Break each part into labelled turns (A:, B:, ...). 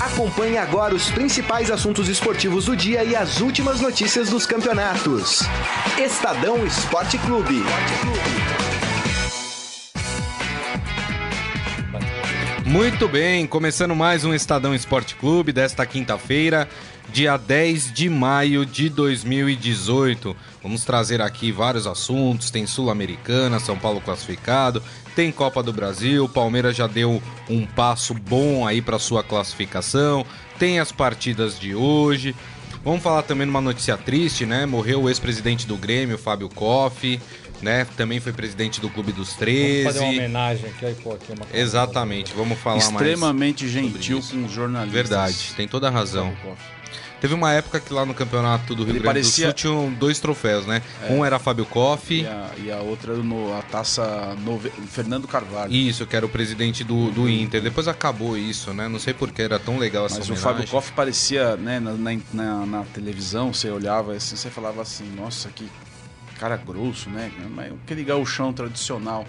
A: Acompanhe agora os principais assuntos esportivos do dia e as últimas notícias dos campeonatos. Estadão Esporte Clube.
B: Muito bem, começando mais um Estadão Esporte Clube desta quinta-feira, dia 10 de maio de 2018. Vamos trazer aqui vários assuntos, tem Sul-Americana, São Paulo classificado, tem Copa do Brasil, Palmeiras já deu um passo bom aí para sua classificação, tem as partidas de hoje. Vamos falar também de uma notícia triste, né? Morreu o ex-presidente do Grêmio, Fábio Koff, né? Também foi presidente do Clube dos 13.
C: Vamos fazer um uma homenagem aqui, aí, pô, aqui uma
B: Exatamente, vamos falar mais.
D: Extremamente
B: sobre
D: gentil
B: isso.
D: com os jornalistas.
B: Verdade, tem toda a razão. Teve uma época que lá no campeonato do Rio
D: Ele
B: Grande
D: parecia- É.
B: do Sul tinham dois troféus, né? Um era Fábio Koff,
D: E a, e a outra no, a taça nove- Fernando Carvalho.
B: isso, que era o presidente do, do Inter. Depois acabou isso, né? Não sei porque era tão legal essa
D: Mas o
B: homenagem.
D: Fábio Koff parecia, né, na, na, na- na televisão, você olhava assim, você falava assim, nossa, que cara grosso, né? Mas Aquele gauchão tradicional.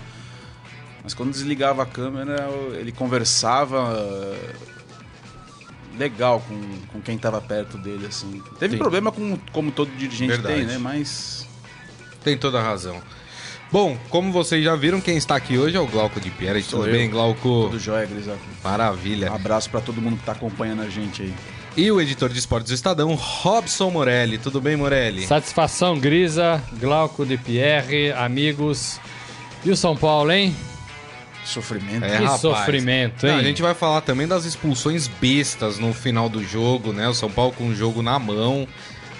D: Mas quando desligava a câmera, ele conversava ah, legal com, com quem estava perto dele, assim. Teve
B: Sim.
D: problema com, como todo dirigente
B: Verdade.
D: tem, né? Mas
B: Tem toda a razão. Bom, como vocês já viram, quem está aqui hoje é o Glauco de Piera.
D: Sou
B: Tudo
D: eu.
B: bem, Glauco?
D: tudo jóia, Grisa.
B: Maravilha.
D: Um abraço para todo mundo que tá acompanhando a gente aí.
B: E o editor de esportes do Estadão, Robson Morelli. Tudo bem, Morelli?
C: Satisfação, Grisa, Glauco de Pierre, amigos. E o São Paulo, hein?
D: Sofrimento.
B: É,
C: que
B: rapaz.
C: sofrimento, hein?
B: Não, a gente vai falar também das expulsões bestas no final do jogo, né? O São Paulo com o jogo na mão.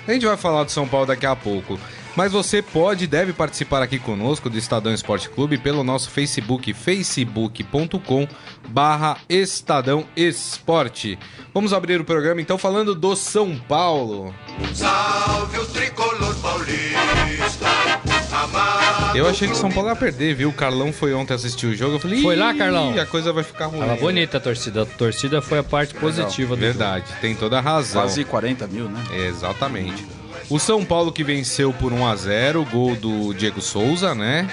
B: A gente vai falar do São Paulo daqui a pouco. Mas você pode e deve participar aqui conosco do Estadão Esporte Clube pelo nosso Facebook, facebook.com barra Estadão Esporte. Vamos abrir o programa então falando do São Paulo.
E: Salve o tricolor paulista, amado.
B: Eu achei que o São Paulo ia perder, viu? O Carlão foi ontem assistir o jogo. Eu falei,
C: Foi lá,
B: "Ih,
C: Carlão?"
B: a coisa vai ficar ruim.
C: Tava bonita a torcida. A torcida foi a parte positiva do
B: Verdade, tem toda a razão.
D: Quase 40 mil, né?
B: Exatamente. O São Paulo que venceu por 1 a 0 gol do Diego Souza, né?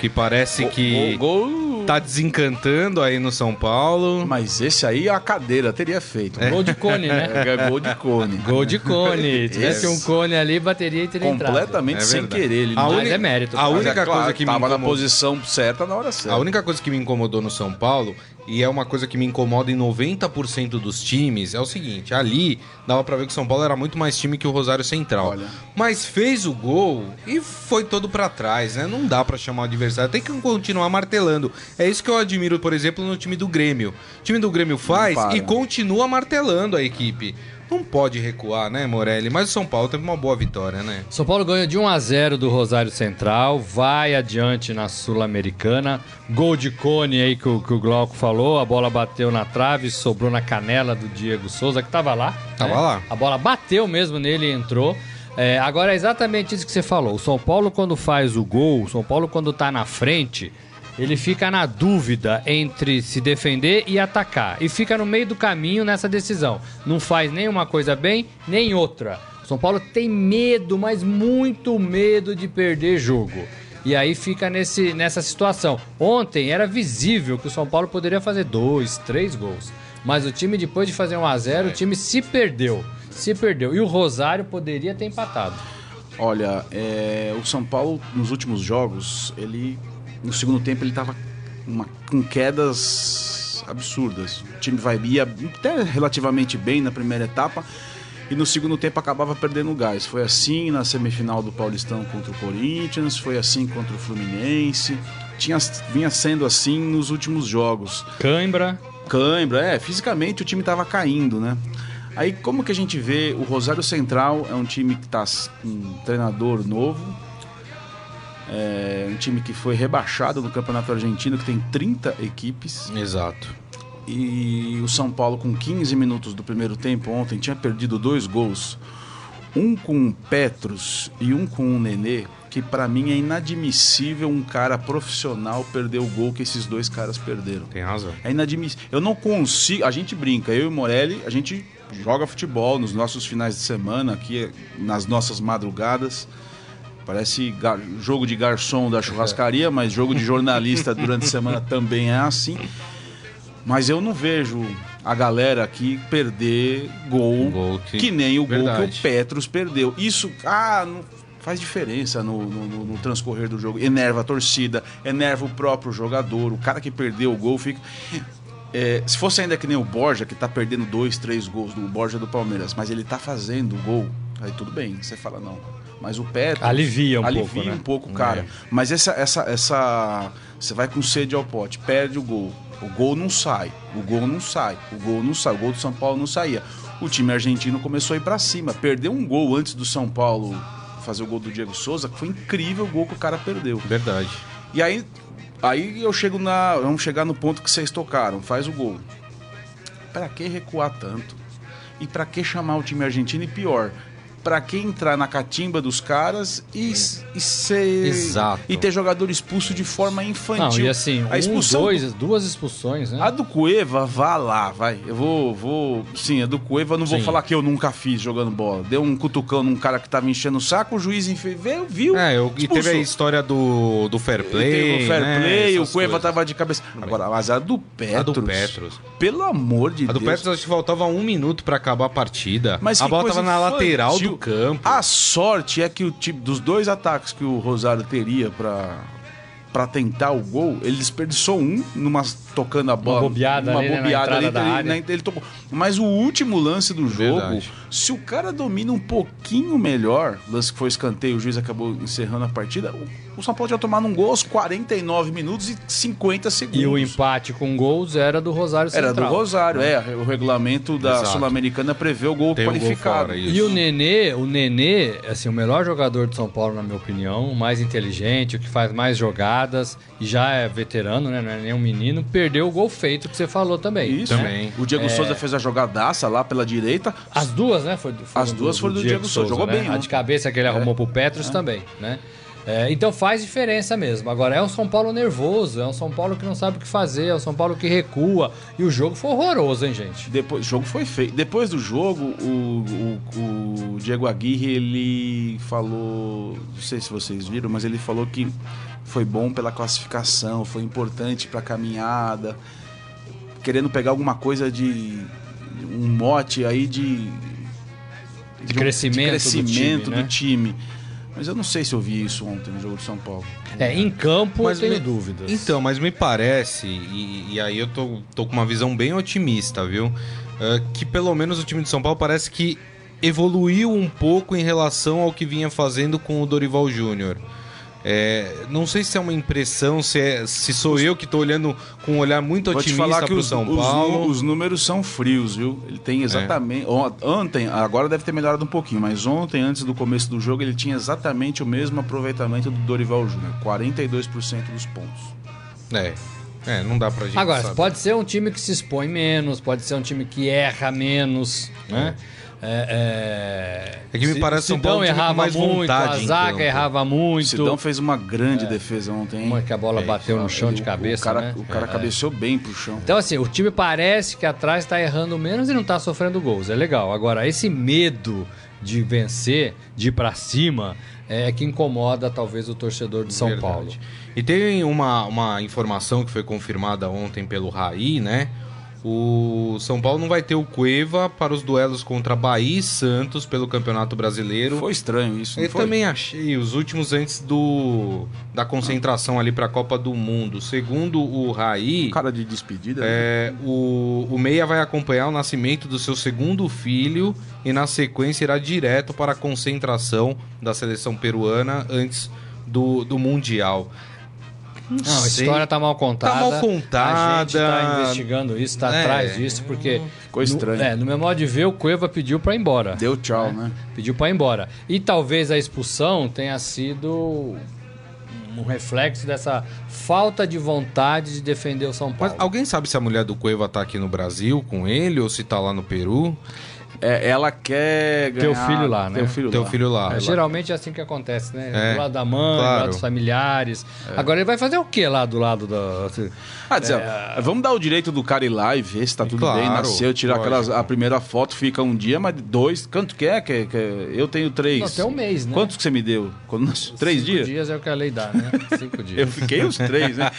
B: Que parece que
D: Gol, gol-
B: tá desencantando aí no São Paulo.
D: Mas esse aí a cadeira teria feito.
C: jogo. Gol de cone, né?
D: É, Gol de cone.
C: Gol de cone. Se tivesse
D: Esse.
C: um cone ali, bateria e teria entrado.
D: Completamente
B: É
D: sem
B: verdade.
D: querer. Ele
B: A
D: não-
C: Mas
B: uni-
C: é mérito.
B: A
D: Mas
B: única
D: é claro,
B: coisa que me
D: tava na
B: incomodou-
D: posição certa na hora
B: A
D: certa.
B: única coisa que me incomodou no São Paulo, e é uma coisa que me incomoda em 90% dos times, é o seguinte: ali dava pra ver que o São Paulo era muito mais time que o Rosário Central.
D: Olha.
B: Mas fez o gol e foi todo pra trás, né? Não dá pra chamar o adversário, tem que continuar martelando. É isso que eu admiro, por exemplo, no time do Grêmio. O time do Grêmio faz
D: para.
B: e continua martelando a equipe. Não pode recuar, né, Morelli? Mas o São Paulo teve uma boa vitória, né?
C: São Paulo ganhou de 1 a 0 do Rosário Central, vai adiante na Sul-Americana. Gol de cone aí que o, que o Glauco falou, a bola bateu na trave, sobrou na canela do Diego Souza, que tava lá. né?
B: Tava lá.
C: A bola bateu mesmo nele e entrou. É, agora é exatamente isso que você falou. O São Paulo, quando faz o gol, o São Paulo, quando tá na frente, ele fica na dúvida entre se defender e atacar. E fica no meio do caminho nessa decisão. Não faz nenhuma coisa bem, nem outra. O São Paulo tem medo, mas muito medo de perder jogo. E aí fica nesse, nessa situação. Ontem era visível que o São Paulo poderia fazer dois, três gols. Mas o time, depois de fazer 1 a 0 o time se perdeu. Se perdeu. E o Rosário poderia ter empatado.
D: Olha, é, o São Paulo, nos últimos jogos, ele. No segundo tempo ele tava uma- com quedas absurdas. O time vai ia até relativamente bem na primeira etapa. E no segundo tempo acabava perdendo o gás. Foi assim na semifinal do Paulistão contra o Corinthians, foi assim contra o Fluminense. Tinha, vinha sendo assim nos últimos jogos
C: Cãibra.
D: cãibra, é, fisicamente o time tava caindo, né? Aí como que a gente vê o Rosário Central é um time que tá s- com um treinador novo, é um time que foi rebaixado no Campeonato Argentino, que tem 30 equipes,
B: Exato.
D: e o São Paulo com 15 minutos do primeiro tempo ontem tinha perdido dois gols, um com o Petros e um com o Nenê, que pra mim é inadmissível um cara profissional perder o gol que esses dois caras perderam.
B: Tem razão.
D: É inadmissível. Eu não consigo. A gente brinca, eu e o Morelli, a gente joga futebol nos nossos finais de semana, aqui nas nossas madrugadas. Parece gar- jogo de garçom da churrascaria, mas jogo de jornalista durante a semana também é assim. Mas eu não vejo a galera aqui perder gol,
B: Um Gol que-
D: que... nem o gol que
B: Verdade.
D: o Petros perdeu. Isso, ah, não faz diferença no, no- no- no transcorrer do jogo. Enerva a torcida, enerva o próprio jogador, o cara que perdeu o gol fica. É, se fosse ainda que nem o Borja, que tá perdendo dois, três gols do Borja do Palmeiras, mas ele tá fazendo o gol, aí tudo bem, você fala não. Mas o Petros
C: Alivia um
D: alivia
C: pouco, né?
D: um pouco, cara. Mas essa, essa, essa. Você vai com sede ao pote, perde o gol. O gol não sai. O gol não sai. O gol não sai. O gol do São Paulo não saía. O time argentino começou a ir pra cima. Perdeu um gol antes do São Paulo fazer o gol do Diego Souza, que foi incrível o gol que o cara perdeu.
B: Verdade.
D: E aí, aí eu chego na. Vamos chegar no ponto que vocês tocaram. Faz o gol. Pra que recuar tanto? E pra que chamar o time argentino? E pior, pra que entrar na catimba dos caras e, e ser.
B: Exato.
D: E ter jogador expulso de forma
C: Não,
D: infantil?
C: e assim,
D: a
C: um,
D: expulsão. do-
C: dois, duas expulsões, né?
D: A do Cueva, vá lá, vai. Eu vou. vou sim, a do Cueva, não vou
B: Sim.
D: falar que eu nunca fiz jogando bola. Deu um cutucão num cara que tava enchendo o saco, o juiz enfe... veio, viu?
B: É, eu, e teve a
D: expulsou.
B: história do, do fair play.
D: Ele teve o fair
B: né,
D: play, o
B: essas
D: Cueva
B: coisas.
D: tava de cabeça. Agora, mas a do Petros.
B: A do Petros.
D: Pelo amor de
B: A do
D: Deus.
B: Petros acho que faltava um minuto pra acabar a partida.
D: Mas
B: a
D: que
B: bola
D: coisa
B: tava na
D: infantil. Ah,
B: lateral do campo.
D: A sorte é que o time dos dois ataques que o Rosário teria pra para tentar o gol, ele desperdiçou um numa tocando a bola,
C: bobeada
D: uma
C: ali, né, na
D: bobeada
C: entrada
D: ali,
C: da
D: ele-
C: área.
D: né, ele tocou. Mas o último lance do jogo,
B: Verdade.
D: se o cara domina um pouquinho melhor, lance que foi escanteio, o juiz acabou encerrando a partida, o, o São Paulo tinha tomado um gol aos 49 minutos e 50 segundos.
C: E o empate com gols era do Rosário
D: Era
C: Central.
D: do Rosário, é. O regulamento da
B: Exato.
D: Sul-Americana prevê o gol
B: Tem um gol
D: qualificado.
B: fora, isso.
C: E o Nenê, o Nenê, assim, o melhor jogador de São Paulo, na minha opinião, o mais inteligente, o que faz mais jogadas, e já é veterano, né? Não é nem um menino, perdeu o gol feito que você falou também.
D: Isso.
C: né?
B: Também.
D: O Diego Souza fez a jogadaça lá pela direita.
C: As duas, né? Foi,
D: As duas foram do Diego Souza, jogou
C: né?
D: bem,
C: A
D: né?
C: de cabeça que ele arrumou pro Petros também, né? É, então faz diferença mesmo. Agora é um São Paulo nervoso, é um São Paulo que não sabe o que fazer, é um São Paulo que recua. E o jogo foi horroroso, hein, gente?
D: Depois, o jogo foi feio. Depois do jogo, o, o- o Diego Aguirre, ele falou... Não sei se vocês viram, mas ele falou que foi bom pela classificação, foi importante pra caminhada. Querendo pegar alguma coisa de... Um mote aí de...
C: De
D: um-
C: crescimento do
D: crescimento
C: time,
D: do
C: né?
D: time. Mas eu não sei se eu vi isso ontem no jogo de São Paulo.
C: É, em campo
B: Mas
C: eu tenho
B: me-
C: dúvidas.
B: Então, mas me parece, e, e aí eu tô, tô com uma visão bem otimista, viu? É, que pelo menos o time de São Paulo parece que evoluiu um pouco em relação ao que vinha fazendo com o Dorival Júnior. É, não sei se é uma impressão, se, é- se sou eu que tô olhando com um olhar muito
D: Vou te
B: otimista
D: falar
B: pro
D: que os,
B: São
D: os nu-
B: Paulo.
D: os números são frios, viu? Ele tem
C: É.
D: exatamente. on- Ontem, agora deve ter melhorado um pouquinho, mas ontem, antes do começo do jogo, ele tinha exatamente o mesmo aproveitamento do Dorival Júnior: 42% dos pontos.
B: É, é, não dá pra gente
C: Agora,
B: saber.
C: pode ser um time que se expõe menos, pode ser um time que erra menos, né? É,
B: É que me
C: Se-
B: parece
C: o
B: São Paulo
C: Sidão
B: um time com
C: errava
B: mais
C: muito,
B: vontade
C: a
B: em
C: zaga
B: campo.
C: errava
D: O
C: muito.
D: Sidão fez uma grande defesa ontem, hein?
C: É. Uma que a bola bateu no chão de
D: O-
C: cabeça,
D: O cara,
C: né?
D: o cara cabeceou bem pro chão.
C: Então, assim, o time parece que atrás está errando menos e não está sofrendo gols. É legal. Agora, esse medo de vencer, de ir para cima, é que incomoda talvez o torcedor de São
B: É Verdade.
C: Paulo.
B: E tem uma, uma informação que foi confirmada ontem pelo Raí, né? O São Paulo não vai ter o Cueva para os duelos contra Bahia e Santos pelo Campeonato
C: Então,
B: Brasileiro.
D: Foi estranho isso, não
B: Eu
D: foi?
B: também achei os últimos antes do da concentração ali para a Copa do Mundo. Segundo o Raí,
D: Cara de despedida. né?
B: é, o, o Meia vai acompanhar o nascimento do seu segundo filho e, na sequência, irá direto para a concentração da seleção peruana antes do, do Mundial.
C: Não, a
B: sei.
C: história está mal contada.
B: Tá mal contada.
C: A gente está investigando isso, está
B: É.
C: atrás disso, porque.
D: Ficou estranho.
C: No, é, no meu modo de ver, o Cueva pediu para ir embora.
D: Deu
C: É.
D: tchau, né?
C: Pediu para ir embora. E talvez a expulsão tenha sido um reflexo dessa falta de vontade de defender o São
B: Mas
C: Paulo.
B: alguém sabe se a mulher do Cueva tá aqui no Brasil com ele ou se tá lá no Peru?
D: É, ela quer
C: Teu
D: ganhar.
C: filho lá, né?
D: Teu filho
B: Teu
D: lá.
B: filho Ah, lá.
C: É, geralmente é assim que acontece, né?
B: É,
C: do lado da mãe, do
B: claro. É.
C: lado dos familiares. Agora ele vai fazer o que lá do lado da. assim,
D: Ah, dizer, vamos dar o direito do cara ir lá e ver se tá tudo
B: Claro,
D: bem, nasceu, tirar
B: lógico.
D: aquelas, a primeira foto, fica um dia, mas dois, quanto que é? Que, que- eu tenho três.
C: Não, até um mês, né?
D: Quantos que você me deu? Quando nasceu? Três
C: cinco
D: dias?
C: dias é o que a lei dá, né? Cinco dias.
D: Eu fiquei os três, né?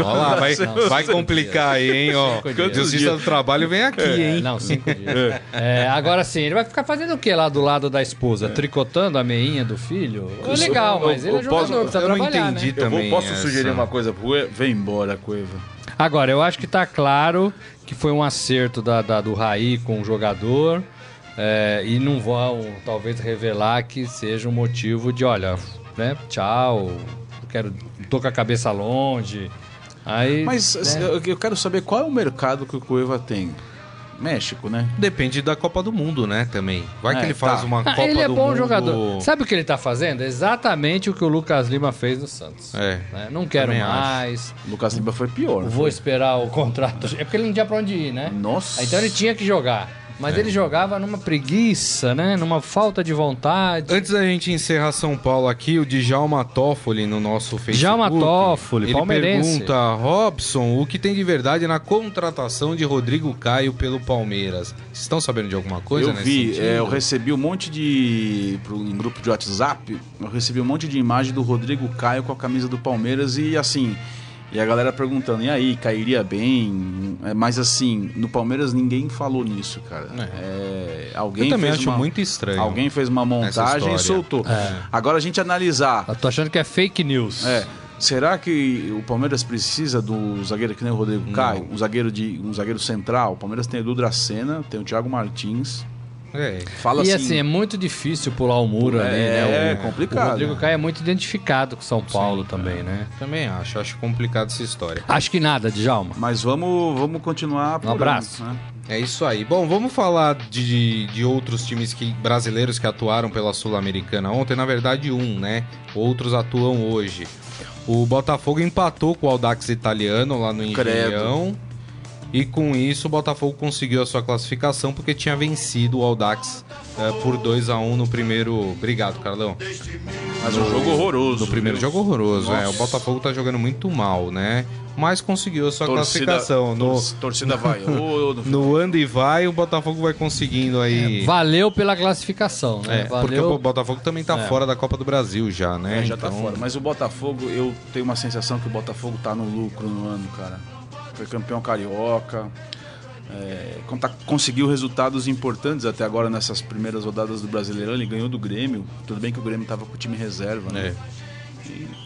B: Olha lá, vai,
C: Não,
B: vai
C: cinco
B: complicar aí, hein? Ó,
C: Cinco dias.
B: Justiça do Trabalho vem aqui, hein?
C: É, Não, cinco dias. É, agora sim, ele vai ficar fazendo o que lá do lado da esposa? Tricotando a meinha do filho? É legal, mas ele é
D: É. eu posso-
C: jogador, precisa
B: eu não
C: trabalhar,
B: entendi
C: né?
D: Eu
B: também
D: vou, posso
B: essa.
D: sugerir uma coisa pro Cueva? Vem embora, Cueva.
C: Agora, eu acho que tá claro que foi um acerto da, da- do Raí com o jogador. é, e não vão, talvez, revelar que seja um motivo de, olha, né, tchau, eu quero, tô com a cabeça longe. Aí,
D: Mas assim,
C: né,
D: eu, eu quero saber qual é o mercado que o Cueva tem. México, né?
B: Depende da Copa do Mundo, né, também. Vai que
D: É,
B: ele faz
D: tá.
B: uma
C: Ah,
B: Copa
C: ele é
B: do
C: bom
B: Mundo...
C: jogador. Sabe o que ele tá fazendo? Exatamente o que o Lucas Lima fez no Santos.
B: É.
C: Né? Não quero
B: Também acho.
C: mais.
D: O Lucas Lima foi pior. né?
C: Vou esperar o contrato. É porque ele não tinha pra onde ir, né?
D: Nossa. É.
C: Aí, Então ele tinha que jogar. Mas ele jogava numa preguiça, né? Numa falta de vontade.
B: Antes da gente encerrar São Paulo aqui, o Djalma Toffoli no nosso Facebook.
C: Djalma Toffoli,
B: ele
C: palmeirense.
B: pergunta, Robson, o que tem de verdade na contratação de Rodrigo Caio pelo Palmeiras? Vocês estão sabendo de alguma coisa né,
D: eu
B: nesse
D: vi,
B: sentido?
D: é, eu recebi um monte de. pro- Em grupo de WhatsApp, eu recebi um monte de imagem do Rodrigo Caio com a camisa do Palmeiras e assim. E a galera perguntando, e aí, cairia bem? É, Mas assim, no Palmeiras ninguém falou nisso, cara. É,
B: Eu
D: alguém
B: também
D: fez
B: acho
D: uma-
B: muito estranho.
D: Alguém fez uma montagem
B: história. É. Tá.
D: e soltou. Agora a gente analisar.
C: Eu tô achando que é fake news.
D: É. Será que o Palmeiras precisa do zagueiro que nem o Rodrigo Caio? Um zagueiro, de, um zagueiro central? O Palmeiras tem o Edu Dracena, tem o Thiago Martins.
B: É.
D: Fala
C: e assim,
D: assim.
C: é muito difícil pular o muro ali, né?
D: é,
C: O- O
D: complicado. é.
C: Rodrigo Caio é muito identificado com São Paulo também, né?
B: Também acho, acho complicado essa história.
C: Acho que nada, Djalma.
D: Mas vamos, vamos continuar.
B: Um
D: apurando,
C: abraço.
D: né?
B: É isso aí. Bom, vamos falar de, de outros times que, brasileiros que atuaram pela Sul-Americana ontem. Na verdade, um, né? Outros atuam hoje. O Botafogo empatou com o Audax italiano lá no Engenhão. E com isso, o Botafogo conseguiu a sua classificação porque tinha vencido o Audax eh, por 2 a 1 no primeiro. Obrigado, Carlão.
D: Mas um jogo horroroso.
B: No primeiro
D: viu?
B: jogo horroroso, é. O
D: Nossa.
B: Botafogo tá jogando muito mal, né? Mas conseguiu a sua classificação. No,
D: tor- Torcida vai. Ô, no-
B: no anda e vai, o Botafogo vai conseguindo
C: É,
B: aí.
C: Valeu pela classificação,
B: É,
C: né?
B: porque o
C: Valeu. É.
B: Botafogo também tá fora da Copa do Brasil já, né?
D: É, já tá
B: Então,
D: fora. Mas o Botafogo, eu tenho uma sensação que o Botafogo tá no lucro no ano, cara. Foi campeão carioca. é, con- tá- conseguiu resultados importantes até agora nessas primeiras rodadas do Brasileirão. Ele ganhou do Grêmio. Tudo bem que o Grêmio tava com o time reserva, né?
B: É.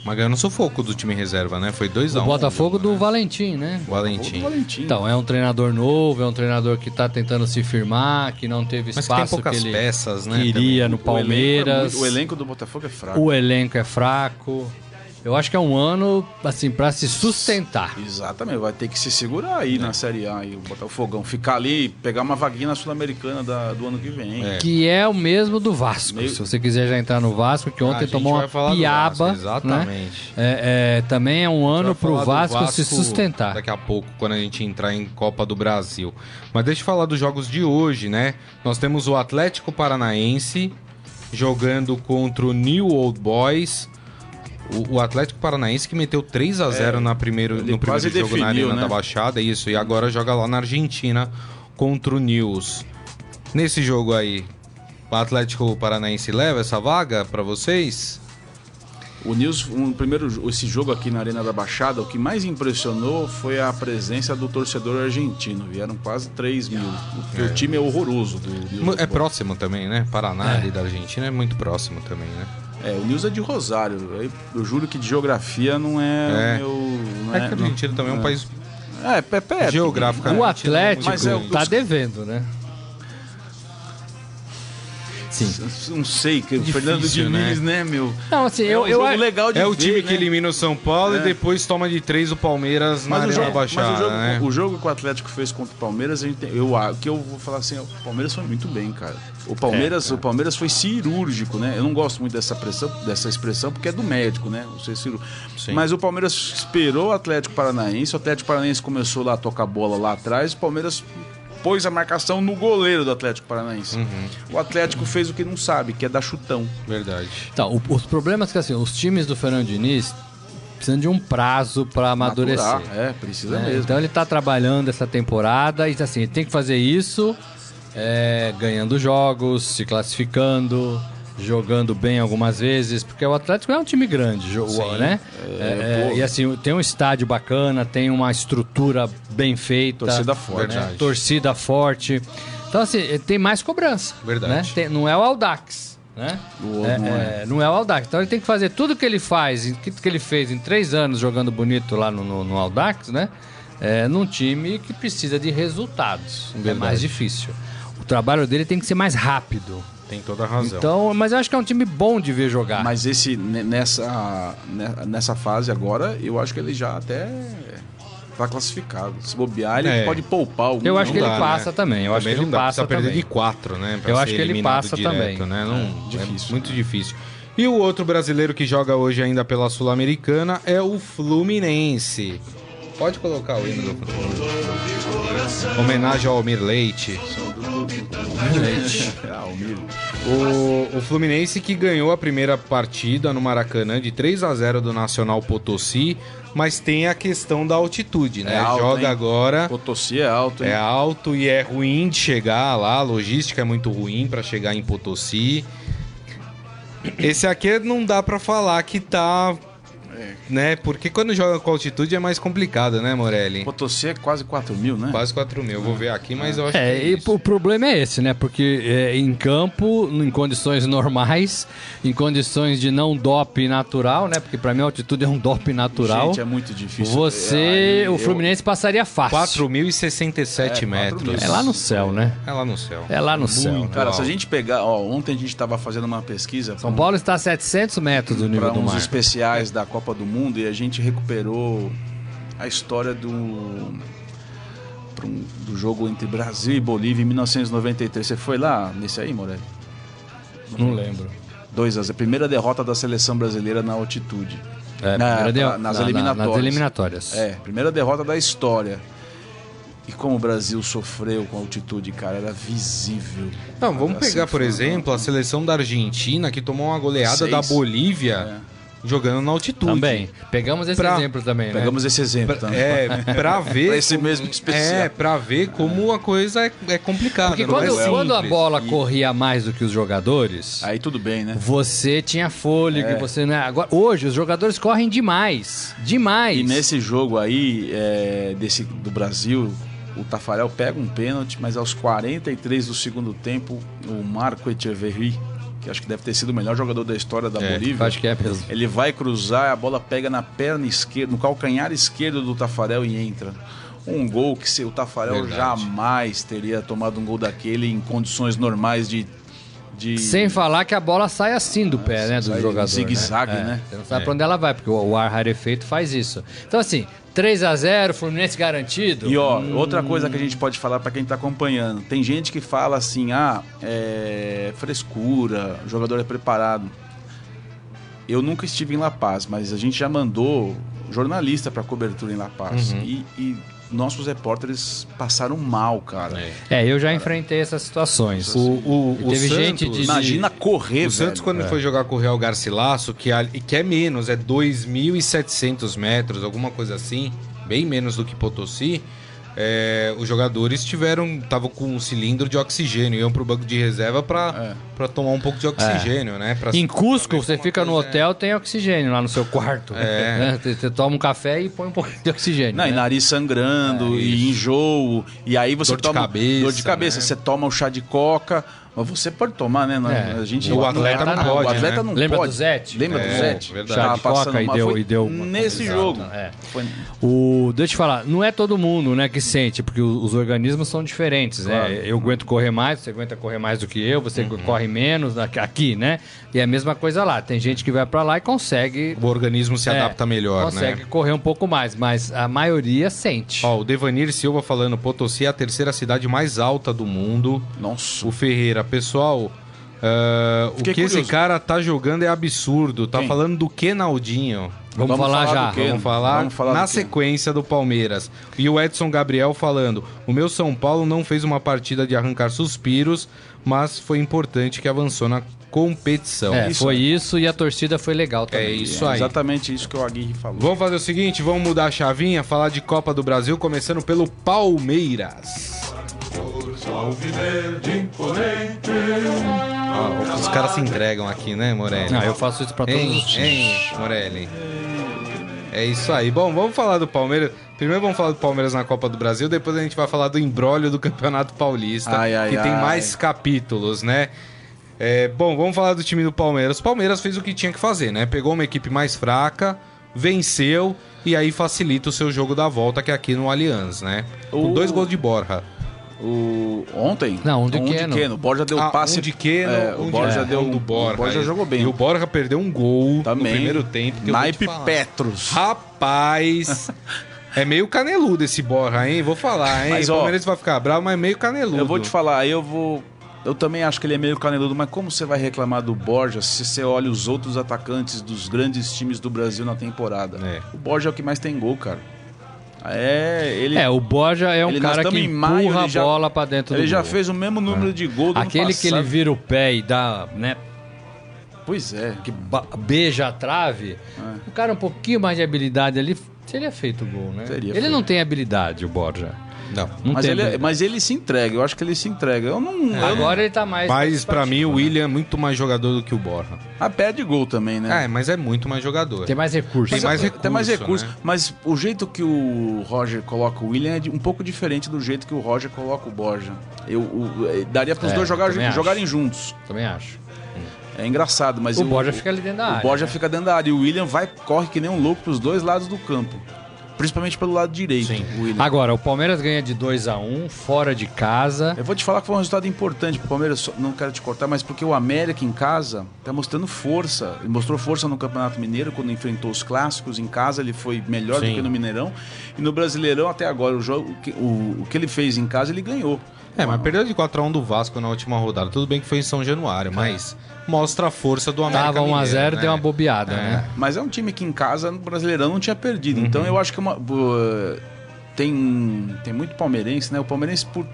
B: Mas ganhou no sufoco do time reserva, né? Foi 2
C: O
B: a 1 um,
C: Botafogo do Valentim, né?
B: O Valentim.
D: O Valentim.
C: Então, é um treinador novo, é um treinador que tá tentando se firmar, que não teve
B: Mas que tem
C: espaço que,
B: poucas
C: ele
B: peças, né? também.
C: queria no
D: O elenco é
C: Palmeiras.
D: muito- O elenco do Botafogo é fraco.
C: O elenco é fraco. Eu acho que é um ano, assim, pra se sustentar.
D: Exatamente, vai ter que se segurar aí na Série A e o Botafogão. Ficar ali, pegar uma vaguinha na Sul-Americana da- do ano que vem.
B: É.
C: Que é o mesmo do Vasco.
D: Meio-
C: Se você quiser já entrar no Vasco, que
B: A
C: ontem
B: gente
C: tomou
B: vai
C: uma
B: falar do
C: piaba.
B: Vasco, exatamente.
C: né? É, é, também é um
B: Vai
C: ano pro
B: falar do
C: Vasco, se sustentar.
B: Daqui a pouco, quando a gente entrar em Copa do Brasil. Mas deixa eu falar dos jogos de hoje, né? Nós temos o Atlético Paranaense jogando contra o New Old Boys. O, o Atlético Paranaense que meteu 3 a 0 na primeiro,
D: É, ele
B: no primeiro
D: quase
B: jogo na
D: definiu,
B: Arena
D: né?
B: da Baixada, isso. E agora joga lá na Argentina contra o News. Nesse jogo aí, o Atlético Paranaense leva essa vaga pra vocês?
D: O Nils, um, primeiro, jo- esse jogo aqui na Arena da Baixada, o que mais impressionou foi a presença do torcedor argentino. Vieram quase 3 mil. O, porque o time é horroroso do Nils.
B: É próximo também, né? Paraná ali da Argentina é muito próximo também, né?
D: É, o Nils é de Rosário. Eu- Eu juro que de geografia não é,
B: É.
D: o meu. Não
B: É que a
D: não-
B: Argentina também é um país
D: É, é perto.
B: geograficamente.
C: O Atlético
D: Mas é o-
C: tá devendo, né? Sim.
D: Não sei, que o
B: Difícil,
D: Fernando Diniz, né, meu?
C: Não, assim, eu,
D: é um
C: eu
D: jogo
C: acho.
D: legal de
B: É o
D: ver,
B: time que
D: né?
B: elimina o São Paulo e depois toma de três É. o Palmeiras na
D: Mas, o
B: Arena
D: jogo,
B: da Baixada,
D: mas o, jogo,
B: né?
D: o jogo que o Atlético fez contra o Palmeiras, a gente tem- eu, a- que eu vou falar assim, o Palmeiras foi muito bem, cara. O Palmeiras,
B: É,
D: o Palmeiras foi cirúrgico, né? Eu não gosto muito dessa, pressão, dessa expressão, porque é do médico, né? O ser cirúrgico.
B: Sim.
D: Mas o Palmeiras esperou o Atlético Paranaense, o Atlético Paranaense começou lá a tocar a bola lá atrás, o Palmeiras pôs a marcação no goleiro do Atlético Paranaense.
B: Uhum.
D: O Atlético fez o que não sabe, que é dar chutão.
B: Verdade.
C: Então, o- os problemas que assim, os times do Fernando Diniz precisam de um prazo pra amadurecer.
D: Maturar. É, precisa
C: né?
D: mesmo.
C: Então ele tá trabalhando essa temporada e assim, ele tem que fazer isso é, ganhando jogos, se classificando, jogando bem algumas vezes, porque o Atlético é um time grande, jo- né? É, e assim, tem um estádio bacana, tem uma estrutura bem feita.
D: Torcida forte.
C: né? Torcida forte. Então, assim, tem mais cobrança.
B: Verdade.
C: né? Tem- não é o Aldax, né?
D: O-
C: É,
D: não é.
C: é, não é o Aldax. Então ele tem que fazer tudo que ele faz, em- que, que ele fez em três anos jogando bonito lá no, no, no Aldax, né? É, num time que precisa de resultados. É mais difícil. O trabalho dele tem que ser mais rápido.
B: Tem toda a razão.
C: Então, mas eu acho que é um time bom de ver
B: Ah.
C: jogar.
D: Mas esse, ne- nessa, ne- nessa fase agora, eu acho que ele já até tá classificado. Se bobear, ele
B: É.
D: pode poupar o
C: Eu acho
B: Não
C: que ele
B: dá,
C: passa
B: né?
C: também, eu acho que
B: Também não
C: ele
B: dá,
C: passa
B: precisa perder de
C: também.
B: quatro, né?
C: Eu
B: ser
C: acho que ele
B: eliminado
C: passa também.
B: Né? Não, é,
D: difícil,
B: muito difícil. E o outro brasileiro que joga hoje ainda pela Sul-Americana é o Fluminense. Pode colocar o hino do Homenagem ao Almir Leite.
D: Ah, o Miro.
B: O, o Fluminense que ganhou a primeira partida no Maracanã de 3 a 0 do Nacional Potosí, mas tem a questão da altitude, né?
D: É alto,
B: joga
D: hein?
B: agora.
D: Potosí é alto, hein?
B: É alto e é ruim de chegar lá, a logística é muito ruim pra chegar em Potosí. Esse aqui não dá pra falar que tá,
D: É.
B: né? Porque quando joga com altitude é mais complicado, né, Morelli?
D: Potosí é quase 4 mil, né?
B: Quase 4 mil, eu vou ver aqui, mas eu acho que
C: É,
B: é
C: e
B: isso.
C: o problema é esse, né? Porque é, em campo, em condições normais, em condições de não dope natural, né? Porque pra mim a altitude é um dope natural.
D: Gente, é muito difícil. Ah,
C: Você,
D: Aí,
C: o Fluminense passaria fácil.
B: 4.067
D: É,
B: metros.
D: 4.000.
C: É lá no céu, né?
B: É lá no céu.
C: É lá no céu.
D: Eu... Cara, se a gente pegar... Ó, ontem a gente tava fazendo uma pesquisa... um
C: São Paulo está a 700 metros do nível
D: para
C: do
D: uns
C: mar.
D: especiais da Copa do Mundo e a gente recuperou a história do pra um- do jogo entre Brasil e Bolívia em 1993. Você foi lá nesse aí, Morelli?
C: Não lembro.
D: 2 a 0. Primeira derrota da seleção brasileira na altitude.
C: É,
D: Na-
C: primeira deu-
D: na- Ah, nas
C: na- na-
D: eliminatórias.
C: nas eliminatórias.
D: É, primeira derrota da história. E como o Brasil sofreu com a altitude, cara, era visível.
B: Não, Então, vamos
D: Assim,
B: pegar, por
D: foi-
B: exemplo, a seleção da Argentina que tomou uma goleada
D: Seis. É.
B: da Bolívia jogando na altitude.
C: Também. Pegamos esse
B: Pra-
C: exemplo também, né?
D: Pegamos esse exemplo
B: Pra-
D: tá? também.
B: É, pra ver.
D: Então, Pra esse
B: como-
D: mesmo especial.
B: É, pra ver como a coisa é, é complicada.
C: Porque
B: não é
C: quando, quando a
B: simples.
C: bola
B: E-
C: corria mais do que os jogadores,
D: Aí tudo bem, né?
C: Você tinha fôlego, e você não é. Agora, hoje os jogadores correm demais, demais.
D: E nesse jogo aí, é, desse, do Brasil, o Tafarel pega um pênalti, mas aos 43 do segundo tempo, o Marco Echeverri, que acho que deve ter sido o melhor jogador da história da
B: É,
D: Bolívia,
C: acho que é mesmo.
D: ele vai cruzar, a bola pega na perna esquerda, no calcanhar esquerdo do Tafarel e entra. Um gol que se o Tafarel
B: Verdade.
D: jamais teria tomado um gol daquele em condições normais de. de
C: Sem falar que a bola sai assim do pé, né, do
D: sai um
C: jogador.
D: zigue-zague,
C: É,
D: né?
C: Você não sabe pra onde ela vai, porque o, o ar rarefeito faz isso. Então, assim, 3 a 0 Fluminense garantido.
B: Então.
D: E ó, outra coisa que a gente pode falar pra quem tá acompanhando, tem gente que fala assim, ah, é frescura, o jogador é preparado. Eu nunca estive em La Paz, mas a gente já mandou jornalista pra cobertura em La Paz
B: Uhum.
D: e, e nossos repórteres passaram mal, cara.
C: É, eu já enfrentei essas situações.
B: O, o,
C: E
B: o
C: teve
B: Santos,
C: gente de-
D: Imagina correr,
B: O Santos,
D: velho.
B: quando foi jogar com o Real Garcilasso, que, ali- que é menos, é 2.700 metros, alguma coisa assim, bem menos do que Potosí, é, os jogadores tiveram, estavam com um cilindro de oxigênio, iam pro banco de reserva pra,
D: É.
B: pra tomar um pouco de oxigênio, né? Pra-
C: Em Cusco,
B: pra ver
C: você
B: como a
C: fica no
B: coisa é.
C: hotel, tem oxigênio lá no seu quarto.
B: É.
C: Né? Você você toma um café e põe um pouquinho de oxigênio.
D: Não, e
C: né?
D: nariz sangrando, e enjoo, e aí você
B: É, Dor de
D: toma
B: cabeça,
D: dor de cabeça,
B: né?
D: você toma o chá de coca, mas você pode tomar, né? Não-
C: É,
D: A gente
B: o atleta não pode,
D: O atleta
B: né?
D: não
C: Lembra
D: pode.
C: do Zete?
D: Lembra
B: É,
D: do Zete?
B: verdade.
D: Tava
C: Chá de coca
D: passando
C: e
D: mal,
C: deu-
D: foi
C: e deu uma
D: nesse
C: coisa,
D: jogo.
C: exato, é.
D: Foi-
C: O, deixa eu te falar, não é todo mundo né, que sente, porque o- os organismos são diferentes,
D: Claro. Uhum.
C: né? Eu aguento correr mais, você aguenta correr mais do que eu, você corre menos aqui- aqui, né? E é a mesma coisa lá. Tem gente que vai pra lá e consegue.
B: O organismo se
C: é,
B: adapta melhor, né?
C: Consegue correr um pouco mais, mas a maioria sente.
B: Ó, o Devanir Silva falando, Potosí é a terceira cidade mais alta do mundo.
D: Nossa.
B: O Ferreira, pessoal, ah, o que
D: Fiquei curioso.
B: esse cara tá jogando é absurdo. Tá
D: Quem?
B: falando do Kenaldinho.
C: vamos, falar,
D: do
C: já.
D: quê?
B: Vamos falar,
D: Vamos falar
B: na
D: do quê?
B: sequência do Palmeiras. E o Edson Gabriel falando: o meu São Paulo não fez uma partida de arrancar suspiros, mas foi importante que avançou na competição.
C: É,
D: Isso.
C: foi isso e a torcida foi legal também.
B: É isso aí.
D: Exatamente isso que o Aguirre falou.
B: Vamos fazer o seguinte, vamos mudar a chavinha, falar de Copa do Brasil, começando pelo Palmeiras.
E: Alviverde imponente
B: Ó, Ah, os caras se entregam aqui, né, Morelli?
C: Não, Ah, eu faço isso pra todos
B: Hein,
C: os times.
B: hein, Morelli? É isso aí. Bom, vamos falar do Palmeiras. Primeiro vamos falar do Palmeiras na Copa do Brasil, depois a gente vai falar do embrólio do Campeonato Paulista,
D: Ai, ai,
B: que tem
D: ai.
B: mais capítulos, né? É, bom, vamos falar do time do Palmeiras. O Palmeiras fez o que tinha que fazer, né? Pegou uma equipe mais fraca, venceu e aí facilita o seu jogo da volta, que é aqui no Allianz, né? Com
D: O-
B: dois gols de Borja.
D: O... Ontem?
C: Não, um de
D: de
C: Keno.
D: Keno. O Borja deu
B: Ah,
D: passe.
B: um de Keno,
D: É,
B: um
D: o Borja
B: de-
D: deu
B: um do Borja.
D: O Borja jogou bem.
B: E o Borja perdeu um gol no
D: Também.
B: primeiro tempo. que eu vou te
D: Naipe
B: falar.
D: Petros.
B: Rapaz, é meio caneludo esse Borja, hein? Vou falar, hein?
D: Mas,
B: o
D: ó,
B: Palmeiras vai ficar bravo, mas é meio caneludo.
D: Eu vou te falar, eu vou. Eu também acho que ele é meio caneludo, mas como você vai reclamar do Borja se você olha os outros atacantes dos grandes times do Brasil na temporada?
B: É.
D: O Borja é o que mais tem gol, cara. É, ele.
C: É, o Borja é um
D: Ele- nós
C: cara que
D: tamo
C: empurra
D: em maio,
C: a
D: ele já-
C: bola pra dentro
D: ele
C: do
D: já
C: gol.
D: fez o mesmo número
B: É.
D: de gol do ano
C: Aquele que ele
D: passado.
C: vira o pé e dá, né,
D: Pois é.
C: que ba- beija a trave, o cara um pouquinho mais de habilidade ali, seria feito o gol, né?
D: Teria
C: ele
D: feito.
C: não tem habilidade, o Borja.
B: Não.
C: Não
D: Mas
C: tem
D: ele, é,
C: habilidade.
D: mas ele se entrega, eu acho que ele se entrega. Eu não. eu não-
C: Agora ele tá mais...
B: Mas pra mim o
C: participativo,
B: William é muito mais jogador do que o Borja.
D: Ah, perde gol também, né?
B: É, mas é muito mais jogador.
C: né? Tem mais recursos.
B: Tem mais
D: é- Tem
B: recurso,
D: mais recurso.
B: né?
D: Mas o jeito que o Roger coloca o William é de- um pouco diferente do jeito que o Roger coloca o Borja. Eu, o- eh, daria para os
C: É,
D: dois jogar-
C: também acho.
D: jogarem juntos.
C: Também acho.
D: É engraçado, mas
C: O Borja fica ali dentro da
D: o
C: área,
D: Borja
C: né?
D: fica dentro da área e o William vai corre que nem um louco pros dois lados do campo, principalmente pelo lado direito.
B: Sim.
D: o William.
C: Agora, o Palmeiras ganha de 2 a 1 fora de casa.
D: Eu vou te falar que foi um resultado importante pro Palmeiras, só- não quero te cortar, mas porque o América em casa tá mostrando força. Ele mostrou força no Campeonato Mineiro quando enfrentou os clássicos em casa, ele foi melhor
B: Sim.
D: do que no Mineirão. E no Brasileirão até agora, o jogo o que, o- o que ele fez em casa, ele ganhou.
B: É, mas perdeu de 4x1 do Vasco na última rodada. Tudo bem que foi em São Januário, mas mostra a força do América
C: Tava 1 a
B: Mineiro,
C: 0,
B: né?
C: deu uma bobeada,
B: É.
C: né?
D: Mas é um time que em casa no Brasileirão não tinha perdido. Então eu acho que é uma boa- tem tem muito palmeirense, né? O palmeirense por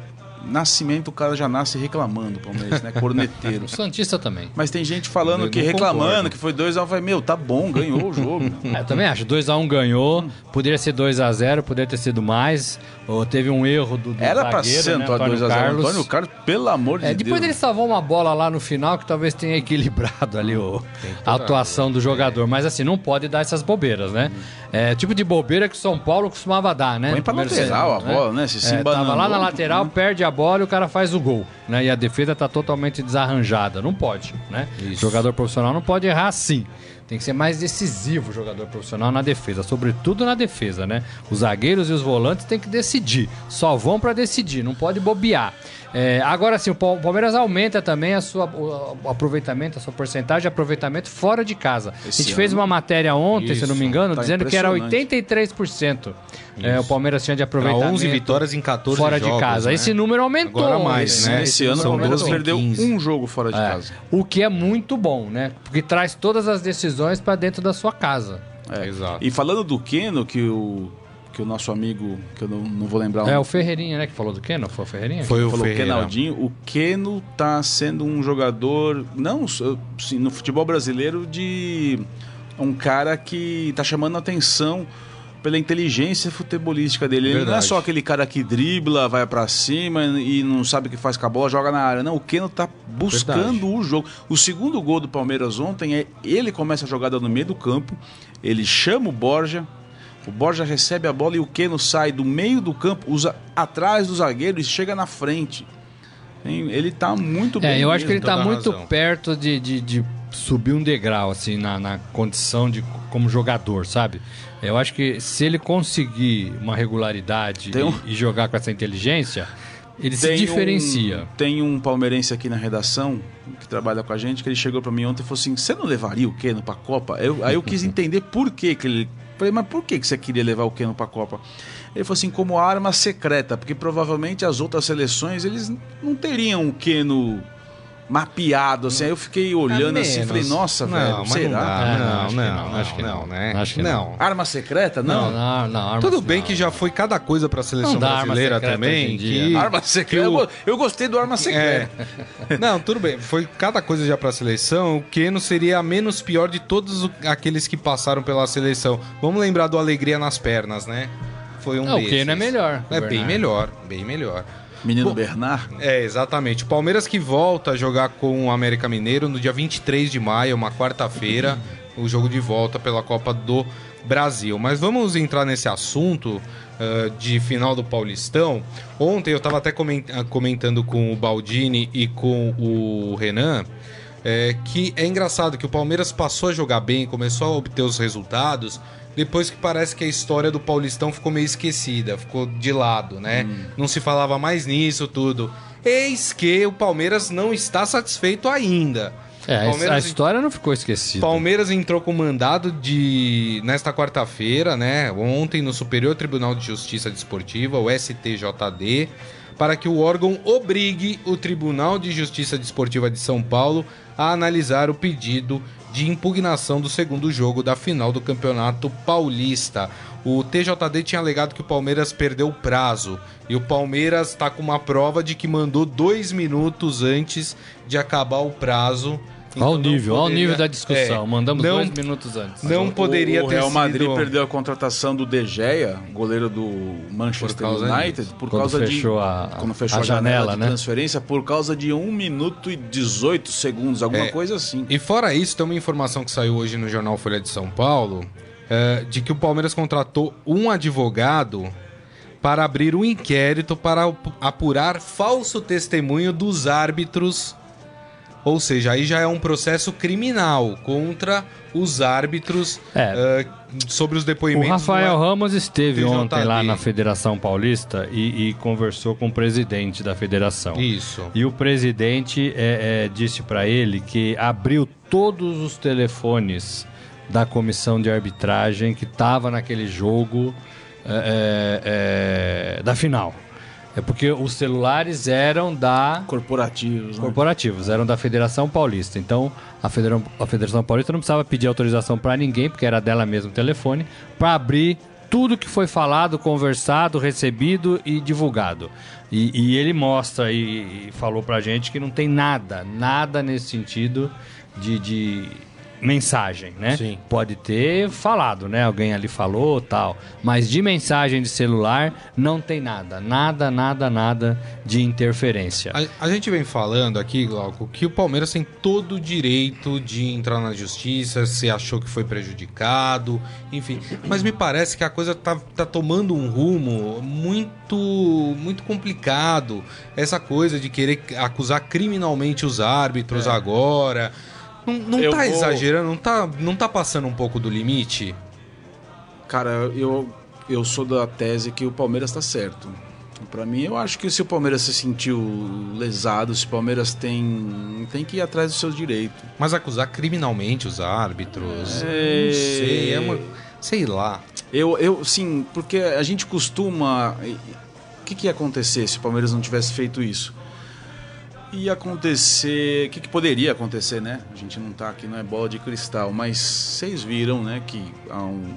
D: nascimento o cara já nasce reclamando, o palmeirense, né? Corneteiro.
C: O Santista também.
D: Mas tem gente
B: Eu
D: falando que
B: não
D: reclamando
B: concordo.
D: que foi 2 a 1 vai, meu, tá bom, ganhou o jogo.
C: É, Eu também acho. 2x1 ganhou. Poderia ser 2x0, poderia ter sido mais. Ou teve um erro do, do
D: Era pra
C: zagueiro,
D: ser
C: né?
D: Antônio 2 a 0
C: Carlos.
D: Antônio Carlos, pelo amor de
C: É,
D: Deus.
C: depois ele salvou uma bola lá no final que talvez tenha equilibrado ali o, a atuação do jogador. Mas assim, não pode dar essas bobeiras, né? É tipo de bobeira que o São Paulo costumava dar, né?
D: Uhum. Põe
C: No
D: pra
C: primeiro
D: lateral
C: tempo,
D: a bola, né? Se se
C: é, tava lá
D: embananou,
C: na lateral,
D: Uhum.
C: perde a bola e o cara faz o gol, né? E a defesa tá totalmente desarranjada. Não pode, né? Jogador profissional não pode errar assim. Tem que ser mais decisivo o jogador profissional na defesa, sobretudo na defesa, né? Os zagueiros e os volantes têm que decidir. Só vão pra decidir, não pode bobear. É, agora sim, o Pal- o Palmeiras aumenta também a sua, o o aproveitamento, a sua porcentagem de aproveitamento fora de casa.
D: Esse
C: a gente fez
D: ano.
C: uma matéria ontem, se eu não
B: Isso,
C: me engano,
D: tá
C: dizendo que era
D: impressionante.
C: 83%. É, o Palmeiras tinha de
B: Pra
C: aproveitamento.
B: 11 vitórias em 14
C: Fora de
B: jogos,
C: casa.
B: né?
C: Esse número aumentou.
B: Agora mais,
D: Esse,
B: né?
D: esse ano
B: São
D: o Palmeiras
B: 12 em
D: perdeu
B: 15.
D: um jogo fora de
C: É,
D: casa.
C: O que é muito bom, né? Porque traz todas as decisões pra dentro da sua casa.
D: É.
B: Exato.
D: E falando do Keno, que o que o nosso amigo, que eu não, não vou lembrar
C: É
D: nome,
C: o Ferreirinha, né? Que falou do quê? Não foi o Ferreirinha?
B: Então- Foi o
D: falou é
B: Ferreira.
D: Kenaldinho, o Keno tá sendo um jogador, não só- sim, no futebol brasileiro, de um cara que tá chamando a atenção pela inteligência futebolística dele. Ele não é
B: Verdade.
D: só aquele cara que dribla, vai pra cima e não sabe o que faz com a bola, joga na área. Não, o Keno tá buscando o jogo. O segundo gol do Palmeiras ontem é ele começa a jogada no meio do campo, ele chama o Borja, o Borja recebe a bola e o Keno sai do meio do campo, usa atrás do zagueiro e chega na frente. Hein? Ele tá muito bem.
C: É, eu acho que ele
D: mesmo. Então,
B: toda
C: tá muito
B: razão.
C: perto de, de, de subir um degrau, assim, na, na condição de como jogador, sabe? Eu acho que se ele conseguir uma regularidade
D: Tem um-
C: e, e jogar com essa inteligência, ele se
D: Tem um-
C: diferencia.
D: tem um palmeirense aqui na redação que trabalha com a gente, que ele chegou pra mim ontem e falou assim: você não levaria o Keno pra Copa? Eu- aí eu quis entender por que, que ele. Falei, mas por que, que você queria levar o Keno pra Copa? Ele falou assim, como arma secreta, porque provavelmente as outras seleções eles não teriam o Keno mapeado, assim. Aí eu fiquei
C: Tá
D: olhando assim e falei,
B: Tá menos.
D: nossa,
B: Não,
D: velho,
B: mas
D: será?
B: não dá. Ah, não,
C: É, acho que
B: não, acho que não, né?
C: Acho que
B: Não.
C: não.
D: Arma secreta?
C: Não,
D: Não.
C: não, não. arma- assim,
B: Tudo bem
C: não.
B: que já foi cada coisa pra seleção
C: Não dá arma
B: brasileira
C: secreta hoje
B: também.
C: em dia. né?
B: que-
D: Arma secreta.
B: que o-
D: Eu, go- eu gostei do arma secreta.
B: É. Não, tudo bem. Foi cada coisa já pra seleção. O Keno seria a menos pior de todos o- aqueles que passaram pela seleção. Vamos lembrar do Alegria nas Pernas, né? Foi um
C: Não, o
B: desses.
C: Keno é melhor,
B: É
C: o
B: bem
C: Bernardo.
B: melhor, bem melhor.
D: Menino Bernard.
B: É, exatamente. O Palmeiras que volta a jogar com o América Mineiro no dia 23 de maio, uma quarta-feira, o jogo de volta pela Copa do Brasil. Mas vamos entrar nesse assunto ah, de final do Paulistão. Ontem eu estava até comen- ah, comentando com o Baldini e com o Renan. é, que é engraçado que o Palmeiras passou a jogar bem, começou a obter os resultados, depois que parece que a história do Paulistão ficou meio esquecida, ficou de lado, né?
C: Hum.
B: Não se falava mais nisso tudo. Eis que o Palmeiras não está satisfeito ainda.
C: É, a-
B: Palmeiras
C: a história não ficou esquecida.
B: Palmeiras entrou com mandado de nesta quarta-feira, né? Ontem no Superior Tribunal de Justiça Desportiva, o STJD, para que o órgão obrigue o Tribunal de Justiça Desportiva de São Paulo a analisar o pedido de impugnação do segundo jogo da final do Campeonato Paulista. O TJD tinha alegado que o Palmeiras perdeu o prazo e o Palmeiras está com uma prova de que mandou dois minutos antes de acabar o prazo.
C: Olha o
B: Então não
C: nível, olha o
B: poderia-
C: nível da discussão.
B: É,
C: Mandamos
B: não,
C: dois minutos antes.
B: Não poderia
D: o
B: ter
D: Real
B: sido...
D: Madrid perdeu a contratação do De Gea, goleiro do Manchester
B: causa
D: United,
B: disso.
D: por
C: Quando
D: causa
C: fechou
D: de
C: a-
D: quando fechou
C: a
D: a, janela,
C: janela,
D: de
C: né?
D: transferência por causa de 1 minuto e 18 segundos, alguma
B: É.
D: coisa assim.
B: E fora isso, tem uma informação que saiu hoje no jornal Folha de São Paulo eh, de que o Palmeiras contratou um advogado para abrir um inquérito para ap- apurar falso testemunho dos árbitros. Ou seja, aí já é um processo criminal contra os árbitros
C: É.
B: eh, sobre os
C: O
B: depoimentos.
C: Rafael
B: Não é-
C: Ramos esteve
B: TJD.
C: ontem lá na Federação Paulista e, e conversou com o presidente da federação.
B: Isso.
C: E o presidente é, é, disse para ele que abriu todos os telefones da comissão de arbitragem que estava naquele jogo é, é, é, da final. É porque os celulares eram da
D: Corporativos, né?
C: corporativos, eram da Federação Paulista. Então, a Federação, a Federação Paulista não precisava pedir autorização para ninguém, porque era dela mesmo o telefone, para abrir tudo que foi falado, conversado, recebido e divulgado. E, e ele mostra e, e falou pra gente que não tem nada, nada nesse sentido de, de mensagem, né?
B: Sim.
C: Pode ter falado, né? Alguém ali falou tal. Mas de mensagem de celular não tem nada. Nada, nada, nada de interferência.
B: A, a gente vem falando aqui, Glauco, que o Palmeiras tem todo o direito de entrar na justiça, se achou que foi prejudicado, enfim. Mas me parece que a coisa tá, tá tomando um rumo muito, muito complicado. Essa coisa de querer acusar criminalmente os árbitros agora. Não, não
D: É. Eu
B: tá
D: vou-
B: exagerando, não tá, não tá passando um pouco do limite?
D: Cara, eu, eu sou da tese que o Palmeiras tá certo. Pra mim, eu acho que se o Palmeiras se sentiu lesado, se o Palmeiras tem, tem que ir atrás do seu direito.
B: Mas acusar criminalmente os árbitros. Não sei, é uma. Sei lá.
D: Eu, eu, sim, porque a gente costuma. O que, que ia acontecer se o Palmeiras não tivesse feito isso? Ia acontecer. O que, que poderia acontecer, né? A gente não tá aqui, não é bola de cristal, mas vocês viram, né, que há um,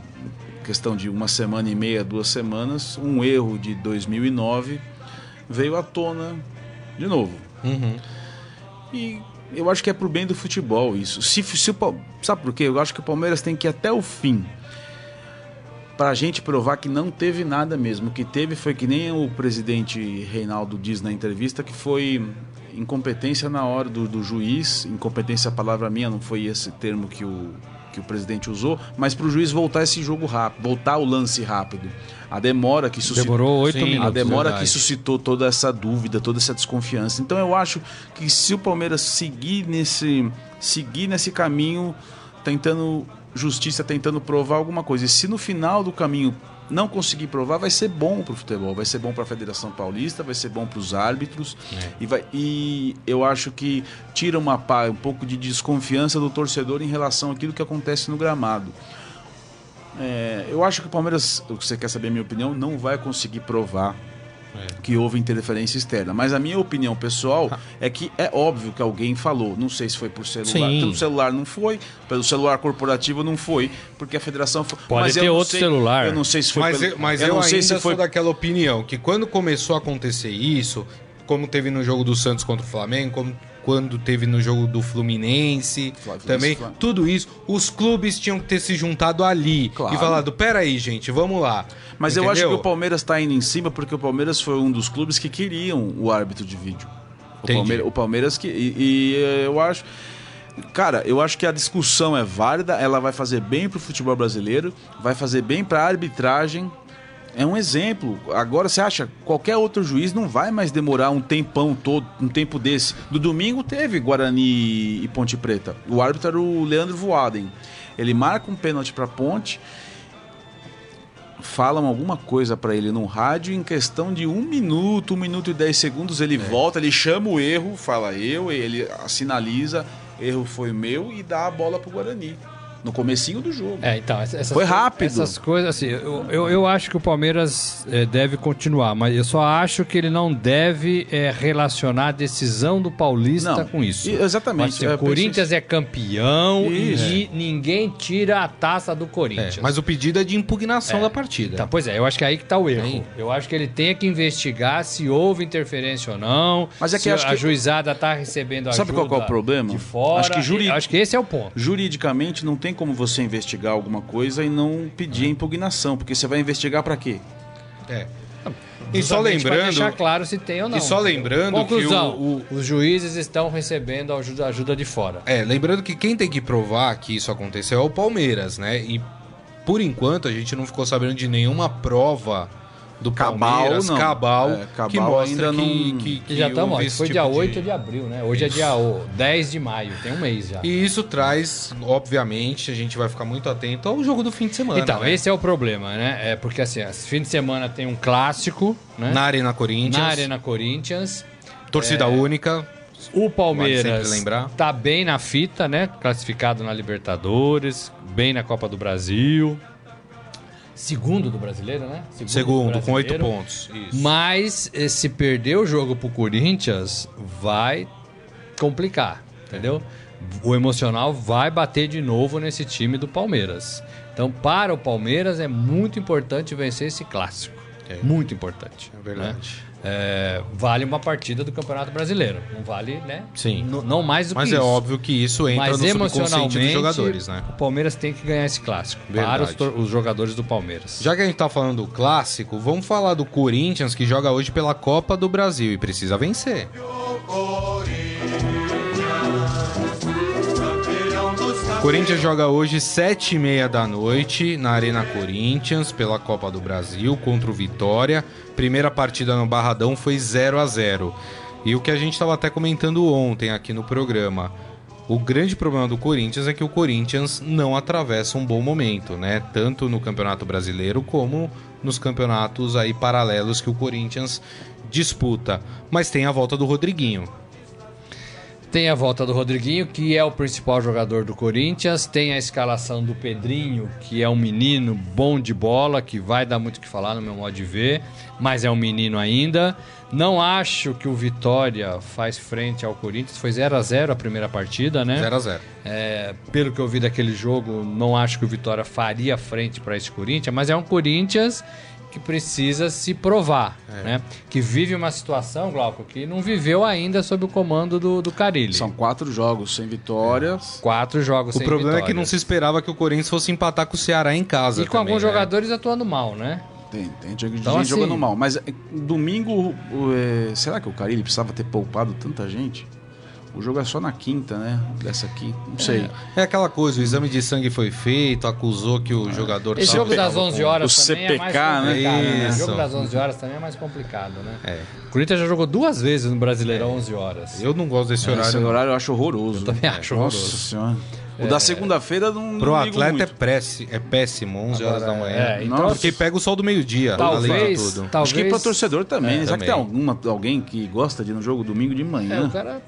D: questão de uma semana e meia, duas semanas, um erro de 2009 veio à tona de novo.
B: Uhum.
D: E eu acho que é pro bem do futebol isso. Se, se o, Pal- sabe por quê? Eu acho que o Palmeiras tem que ir até o fim. Pra gente provar que não teve nada mesmo. O que teve foi que nem o presidente Reinaldo diz na entrevista que foi incompetência na hora do, do juiz. Incompetência é a palavra minha, não foi esse termo que o, que o presidente usou. Mas pro juiz voltar esse jogo rápido, voltar o lance rápido. A demora que suscitou.
C: Demorou oito
B: Sim,
C: minutos.
D: A demora
B: verdade.
D: que suscitou toda essa dúvida, toda essa desconfiança. Então eu acho que se o Palmeiras seguir nesse, seguir nesse caminho, tentando justiça, tentando provar alguma coisa, e se no final do caminho não conseguir provar, vai ser bom pro futebol, vai ser bom pra Federação Paulista, vai ser bom pros árbitros. E, vai, e eu acho que tira uma pá, um pouco de desconfiança do torcedor em relação àquilo que acontece no gramado. É, eu acho que o Palmeiras, o que você quer saber a minha opinião, não vai conseguir provar
C: É.
D: que houve interferência externa. Mas a minha opinião pessoal
C: Ah.
D: é que é óbvio que alguém falou. Não sei se foi por celular.
B: Sim.
D: Pelo celular não foi, pelo celular corporativo não foi, porque a federação foi.
C: Pode
D: mas eu
C: ter
D: não
C: outro
D: sei-
C: celular.
D: Eu não sei se foi.
B: Mas
D: pelo-
B: eu, mas eu,
D: não
B: ainda
D: sei se
B: sou
D: foi.
B: daquela opinião que quando começou a acontecer isso, como teve no jogo do Santos contra o Flamengo, como quando teve no jogo do Fluminense
D: Fluminense,
B: também.
D: Fluminense.
B: Tudo isso, os clubes tinham que ter se juntado ali
D: Claro.
B: e falado: peraí, gente, vamos lá.
D: Mas eu acho que
B: Entendeu?
D: o Palmeiras tá indo em cima porque o Palmeiras foi um dos clubes que queriam o árbitro de vídeo. O,
B: Entendi.
D: Palmeira- o Palmeiras que. E, e, eh, eu acho. Cara, eu acho que a discussão é válida, ela vai fazer bem pro futebol brasileiro, vai fazer bem pra arbitragem. É um exemplo. Agora você acha, qualquer outro juiz não vai mais demorar um tempão todo, um tempo desse. No domingo teve Guarani e Ponte Preta. O árbitro era o Leandro Voaden. Ele marca um pênalti pra Ponte falam alguma coisa pra ele no rádio em questão de um minuto, um minuto e dez segundos,
C: É.
D: ele volta, ele chama o erro, fala eu, ele sinaliza, erro foi meu e dá a bola pro Guarani. No comecinho do jogo.
C: É, então, essa- essas
D: Foi
C: co-
D: rápido.
C: Essas coisas, assim, eu, eu, eu acho que o Palmeiras eh, deve continuar, mas eu só acho que ele não deve eh, relacionar a decisão do Paulista
D: Não,
C: tá com isso.
D: e- exatamente,
C: Mas, assim,
D: eu
C: o
D: penso
C: Corinthians é campeão
D: Isso.
C: e ninguém tira a taça do Corinthians.
B: É, mas o pedido é de impugnação da partida.
C: Então, pois é, eu acho que aí que tá o erro.
B: Aí.
C: Eu acho que ele tem que investigar se houve interferência ou não.
D: Mas é que
C: se
D: acho
C: a
D: que-
C: juizada tá recebendo ajuda
D: Sabe qual que é o problema?
C: De fora.
D: Acho que juri-
C: acho que esse é o ponto.
D: assim, Juridicamente não tem como você investigar alguma coisa e não
C: É.
D: pedir a impugnação, porque você vai investigar pra quê?
B: É. E só
C: Justamente pra
B: lembrando,
C: deixar claro se tem ou não.
B: e só lembrando que
C: Conclusão,
B: o-
C: os juízes estão recebendo ajuda, ajuda de fora.
B: É, lembrando que quem tem que provar que isso aconteceu é o Palmeiras, né? E por enquanto a gente não ficou sabendo de nenhuma prova do
D: Cabal,
B: Palmeiras
D: não.
B: cabal,
D: É, cabal
B: que mostra
D: ainda
B: que,
D: não-
B: que, que
C: Que já estamos,
B: houve
C: ó,
B: esse
C: foi
B: tipo
C: dia 8 de... abril, né? Hoje é dia ó, 10 de maio, tem um mês já.
B: E isso traz, obviamente, a gente vai ficar muito atento ao jogo do fim de semana.
C: Então,
B: né?
C: esse é o problema, né? É porque assim, esse fim de semana tem um clássico, né?
B: na Arena Corinthians,
C: Na Arena É. Corinthians.
B: torcida única.
C: O
B: Vale
C: Palmeiras
B: sempre lembrar.
C: tá bem na fita, né? Classificado na Libertadores, bem na Copa do Brasil. Segundo do brasileiro, né? do
B: Segundo, com oito
C: brasileiro.
B: pontos. Isso.
C: Mas eh, se perder o jogo pro Corinthians, vai complicar, entendeu? O emocional vai bater de novo nesse time do Palmeiras. Então, para o Palmeiras, é muito importante vencer esse clássico. Muito importante.
B: É verdade.
C: né? É, vale uma partida do Campeonato Brasileiro. Não vale, né?
B: Sim.
C: N- não mais do
B: Mas
C: que
B: é
C: isso.
B: óbvio que isso entra
C: Mas
B: no subconsciente dos
C: emocionalmente,
B: jogadores, né?
C: o Palmeiras tem que ganhar esse clássico. Para
B: Verdade.
C: os, tor- os jogadores do Palmeiras.
B: Já que a gente tá falando do clássico, vamos falar do Corinthians que joga hoje pela Copa do Brasil e precisa vencer. Corinthians joga hoje 7 e meia da noite na Arena Corinthians pela Copa do Brasil contra o Vitória. Primeira partida no Barradão foi 0 a 0 E o que a gente estava até comentando ontem aqui no programa, o grande problema do Corinthians é que o Corinthians não atravessa um bom momento, né? Tanto no Campeonato Brasileiro como nos campeonatos aí paralelos que o Corinthians disputa. Mas tem a volta do Rodriguinho.
C: Tem a volta do Rodriguinho, que é o principal jogador do Corinthians. Tem a escalação do Pedrinho, que é um menino bom de bola, que vai dar muito o que falar no meu modo de ver, mas é um menino ainda. Não acho que o Vitória faz frente ao Corinthians. Foi 0 a 0 a primeira partida, né?
B: 0 a 0
C: É, pelo que eu vi daquele jogo, não acho que o Vitória faria frente para esse Corinthians, mas é um Corinthians que precisa se provar, né? Que vive uma situação, Glauco, que não viveu ainda sob o comando do, do Carilli.
D: São quatro jogos sem vitórias.
C: Quatro jogos
B: O
C: sem
B: problema é que
C: vitórias.
B: não se esperava que o Corinthians fosse empatar com o Ceará em casa.
C: E com
B: também,
C: alguns
B: né?
C: jogadores atuando mal, né?
D: Tem, tem gente
C: Então, assim-
D: jogando mal. Mas é, domingo, o, é, será que o Carilli precisava ter poupado tanta gente? O jogo é só na quinta, né? Dessa aqui. Não sei.
B: É aquela coisa, o exame de sangue foi feito, acusou que o jogador...
C: Ah, Esse
B: tava-
C: jogo das
B: tava
C: 11
B: com-
C: horas
D: o
C: também é mais
D: CPK, né?
C: complicado, né? O
B: Isso.
C: jogo das 11 horas também é mais complicado, né? É.
B: É.
C: O Corinthians já jogou duas vezes no Brasileirão 11 horas.
B: Eu não gosto desse horário.
D: É,
B: né?
D: Esse
B: não.
D: horário eu acho horroroso. Eu
C: também acho
D: Nossa
C: horroroso.
D: senhora. O da segunda-feira não.
B: É. Pro
D: não ligo
B: atleta é,
D: muito.
B: prece, é péssimo, 11 horas da manhã.
C: É, então,
D: Nossa.
B: Porque pega o sol do meio-dia, além de
C: talvez,
B: tudo.
C: talvez...
D: Acho que pro torcedor também.
B: É,
D: Será
B: também.
D: que tem alguma, alguém que gosta de ir no jogo domingo de
C: É,
B: né?
C: o
D: manhã?
C: cara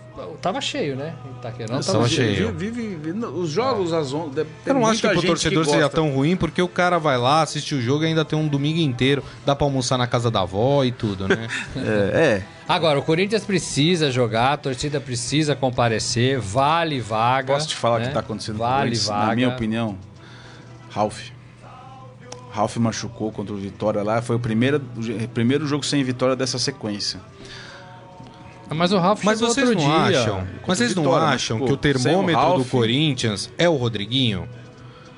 C: tava cheio, né? Em Itaquerão
D: Nossa,
C: tava
B: tava
D: tá vi-
B: cheio.
D: vi- Vive, vive- os jogos às 11.
B: Eu não acho que pro torcedor seja tão ruim, porque o cara vai lá, assiste o jogo e ainda tem um domingo inteiro. Dá pra almoçar na casa da avó e tudo, né?
D: É, é.
C: Agora, o Corinthians precisa jogar, a torcida precisa comparecer, vale vaga.
D: Posso te falar o
C: né?
D: que tá acontecendo com o
C: Vale
D: Corinthians?
C: vaga.
D: Na minha opinião, Ralf. Ralf machucou contra o Vitória lá. Foi o primeiro, o primeiro jogo sem vitória dessa sequência.
C: Mas o Ralf
B: Mas
C: chegou
B: vocês
C: outro
B: não
C: dia.
B: acham, mas vocês não
D: vitória, né?
B: acham
D: Pô,
B: que o
D: sem o
B: termômetro do
D: Ralf-
B: Corinthians é o Rodriguinho?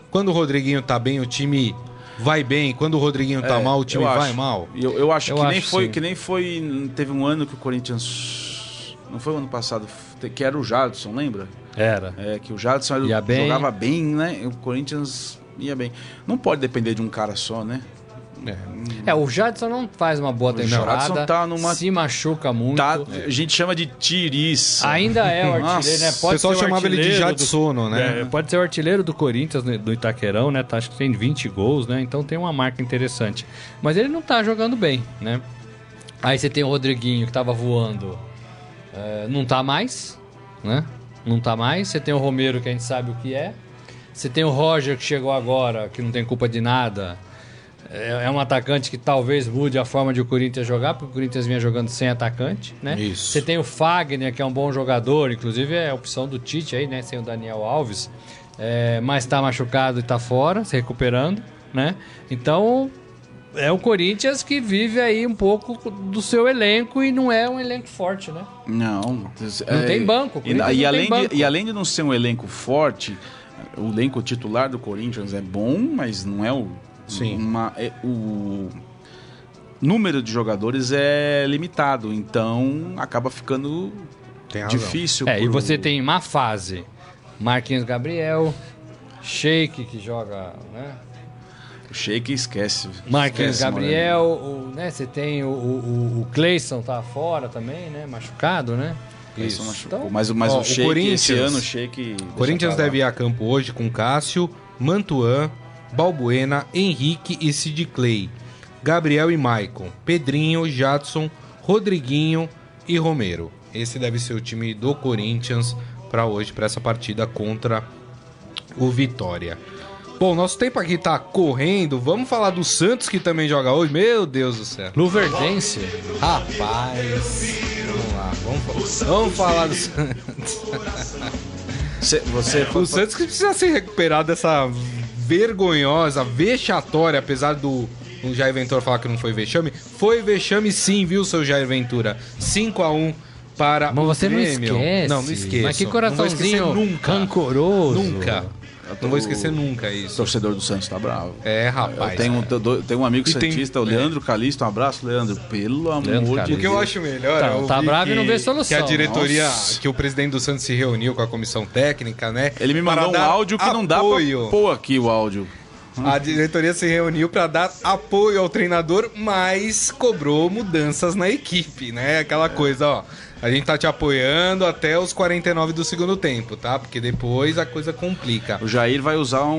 B: Quando o Rodriguinho tá bem, o time vai bem. Quando o Rodriguinho
C: É,
B: tá mal, o time
D: eu
B: vai
D: acho.
B: mal.
D: E Eu, eu acho,
C: Eu
D: que, nem
C: acho,
D: foi,
C: sim.
D: que nem foi. Teve um ano que o Corinthians. Não foi o ano passado, te- que era o Jadson, lembra?
C: Era.
D: É, que o Jadson era o-
C: Ia bem.
D: jogava bem, né? E O Corinthians ia bem. Não pode depender de um cara só, né?
C: É, o Jadson não faz uma boa temporada.
D: Jadson tá numa-
C: Se machuca muito.
D: Tá, a gente chama de tiriça.
C: Ainda é o artilheiro,
D: Nossa.
C: né?
B: o
C: Pode
B: pessoal
C: ser o
B: chamava ele de
C: artilheiro do-
B: Jadsono, né?
C: É, pode ser o artilheiro do Corinthians, né, do Itaquerão, né? Tá, acho que tem 20 gols, né? Então tem uma marca interessante. Mas ele não tá jogando bem, né? Aí você tem o Rodriguinho que tava voando. é, não tá mais, né? Não tá mais. Você tem o Romero, que a gente sabe o que é. Você tem o Roger, que chegou agora, que não tem culpa de nada. É, é um atacante que talvez mude a forma de o Corinthians jogar, porque o Corinthians vinha jogando sem atacante, né?
B: Isso.
C: Você tem o Fagner, que é um bom jogador, inclusive é a opção do Tite aí, né? Sem o Daniel Alves. É, mas tá machucado e tá fora, se recuperando, né? Então, é o Corinthians que vive aí um pouco do seu elenco e não é um elenco forte, né?
D: Não. É,
C: Não tem banco, o Corinthians
D: E, e
C: não tem
D: além
C: banco.
D: De, e além de não ser um elenco forte, o elenco titular do Corinthians é bom, mas não é o.
B: Sim.
D: uma- é- o número de jogadores é limitado, então acaba ficando
B: Tem razão.
D: difícil.
C: É, e
D: pro-
C: você tem má fase. Marquinhos Gabriel, Sheik, que joga, né?
D: O Sheik esquece.
C: Marquinhos
D: Esquece,
C: Gabriel, o- né? Você tem o, o, o- o Cleison tá fora também, né? Machucado, né?
D: Moreno. Isso,
B: Isso.
D: machucou.
C: Então,
D: mas mas
B: ó,
D: o
B: o
D: Sheik, esse
B: Corinthians-
D: ano, o Sheik... tá
B: O Corinthians
D: deixa pra lá.
B: deve ir a campo hoje com Cássio, Mantuan, Balbuena, Henrique e Sid Clay, Gabriel e Maicon, Pedrinho, Jadson, Rodriguinho e Romero. Esse deve ser o time do Corinthians para hoje, para essa partida contra o Vitória. Bom, nosso tempo aqui tá correndo. Vamos falar do Santos que também joga hoje. Meu Deus do céu.
C: Luverdense.
B: Rapaz. Vamos lá, vamos, fa- vamos falar do Santos.
D: Cê- Você,
B: O Santos que precisa se recuperar dessa vergonhosa, vexatória, apesar do o Jair Ventura falar que não foi vexame. Foi vexame sim, viu, seu Jair Ventura? 5x1 para
C: Mas
B: o
C: você não
B: Grêmio.
C: esquece.
B: Não, não esqueço.
C: Mas que
B: Não vou esquecer
C: coraçãozinho
B: nunca.
C: rancoroso.
B: Nunca. Não vou esquecer nunca isso.
D: torcedor do Santos, tá bravo.
B: É,
D: Eu
B: rapaz.
D: tenho, um- do- tenho um amigo
B: E tem- É.
D: santista, o Leandro Calisto. Um abraço, Leandro. Pelo amor
C: Leandro
D: de
C: Calixto.
B: O que eu acho melhor
C: Tá,
B: é ouvir
C: tá bravo e
B: que-
C: não vê solução.
B: Que a diretoria,
D: Nossa.
B: que o presidente do Santos se reuniu com a comissão técnica, né?
D: Ele me
B: para
D: mandou um
B: dar
D: áudio que não dá pra
B: apoio.
D: pôr aqui o áudio. Hum?
B: A diretoria se reuniu para dar apoio ao treinador, mas cobrou mudanças na equipe, né?
D: É.
B: Aquela coisa, ó. A gente tá te apoiando até os 49 do segundo tempo, tá? Porque depois a coisa complica.
D: O Jair vai usar um.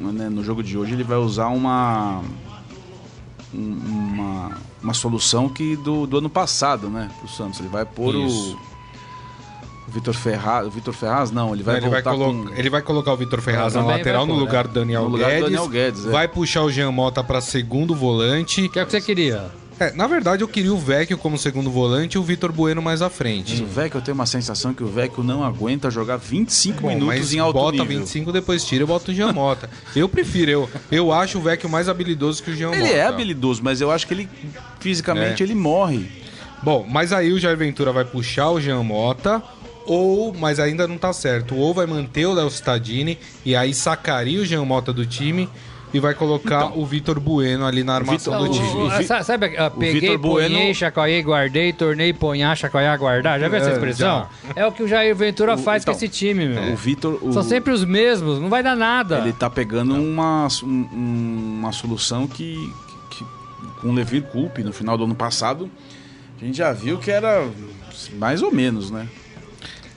D: um, né, no jogo de hoje, ele vai usar uma. um- Uma, uma solução que do, do ano passado, né? Pro Santos. Ele vai pôr
B: Isso.
D: o. O Vitor Ferraz. O Vitor Ferraz, não, ele vai
B: ele, vai
D: voltar
B: colo-
D: com.
B: ele vai colocar o Vitor Ferraz
C: Ah,
B: na
C: também
B: lateral no
C: vai pôr,
B: lugar
C: né?
B: do Daniel
D: No lugar do
B: Guedes.
D: Daniel Guedes, é.
B: Vai puxar o Jean Mota para segundo volante.
C: O que é o que você queria?
B: É, na verdade, eu queria o Vecchio como segundo volante e o Vitor Bueno mais à frente.
D: O Vecchio, eu tenho uma sensação que o Vecchio não aguenta jogar 25
B: Bom,
D: minutos
B: mas
D: em alto
B: bota
D: nível.
B: 25, depois tira e bota o Jean Mota. eu prefiro, eu, eu acho o Vecchio mais habilidoso que o Jean Mota.
D: Ele é habilidoso, mas eu acho que ele fisicamente
B: É.
D: ele morre.
B: Bom, mas aí o Jair Ventura vai puxar o Jean Mota, ou, mas ainda não tá certo, ou vai manter o Léo Cittadini e aí sacaria o Jean Mota do time e vai colocar o Vitor Bueno ali na armação
D: Então. Vitor
B: do
C: O-
B: time.
D: Bueno.
C: o-
D: Vi-
C: sa- sabe, ah, peguei,
D: Vitor Bueno-
C: ponhei, chacoalhei, guardei, tornei, ponhar, chacoalhar, guardar. Já viu essa
B: É,
C: expressão? É o que o Jair Ventura
D: O-
C: faz
D: então,
C: com esse time, meu.
D: O Vitor. o-
C: São sempre os mesmos, não vai dar nada.
D: Ele tá pegando uma, um- uma solução que, que- com o Levir Culpe no final do ano passado, a gente já viu que era mais ou menos, né?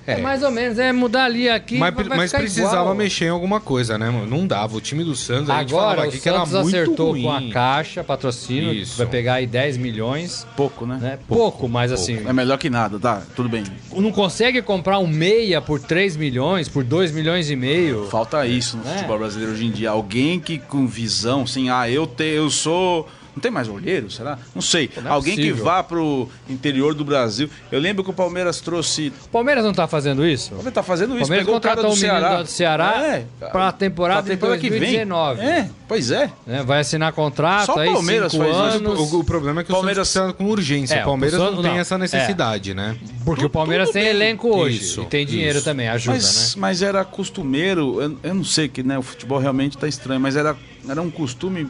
C: É mais ou menos, é mudar ali aqui.
B: Mas,
C: vai
B: mas
C: ficar
B: precisava
C: igual.
B: mexer em alguma coisa, né, mano? Não dava. O time do Santos, a gente falava
C: Agora, o
B: aqui que era
C: Santos
B: muito
C: acertou
B: ruim.
C: com a Caixa, patrocínio,
B: Isso.
C: vai pegar aí 10 milhões.
D: Pouco, né?
C: Né? Pouco, mas assim,
D: É melhor que nada, tá? Tudo bem.
C: não consegue comprar um meia por 3 milhões, por 2 milhões e meio.
D: Falta isso no
C: Né?
D: futebol brasileiro hoje em dia. Alguém que com visão, assim, ah, eu, te, eu sou Não tem mais olheiro, será? Não sei.
C: não é
D: Alguém que
C: possível.
D: vá pro interior do Brasil. Eu lembro que o Palmeiras trouxe.
C: O Palmeiras não tá fazendo isso?
D: O Palmeiras tá fazendo
C: O
D: isso,
C: Palmeiras
D: pegou o cara
C: contratou
D: do
C: um menino
D: Ceará. É,
C: do Ceará pra temporada de
D: que
C: 2019.
D: Vem. É, pois é.
C: né? Vai assinar contrato
D: Só o
C: aí,
D: Palmeiras
C: cinco
D: faz isso.
B: Mas
C: anos.
B: o, o problema é que
D: Palmeiras-
B: o Santos tá com urgência.
C: É,
B: o Palmeiras
C: o Santos
B: não tem
C: não.
B: essa necessidade, né?
C: Porque o Palmeiras
D: tudo
C: tem
D: bem.
C: elenco hoje.
B: Isso,
C: e tem dinheiro
B: isso.
C: também, ajuda,
D: Mas,
C: né?
D: mas era costumeiro, eu, eu não sei que né, o futebol realmente tá estranho, mas era, era um costume.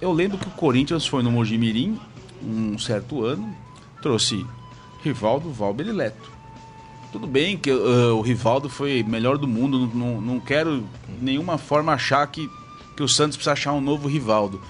D: Eu lembro que o Corinthians foi no Mojimirim um certo ano, trouxe Rivaldo, Valber e Leto. Tudo bem que eh, o Rivaldo foi melhor do mundo, não, não, não quero de nenhuma forma achar que, que o Santos precisa achar um novo Rivaldo.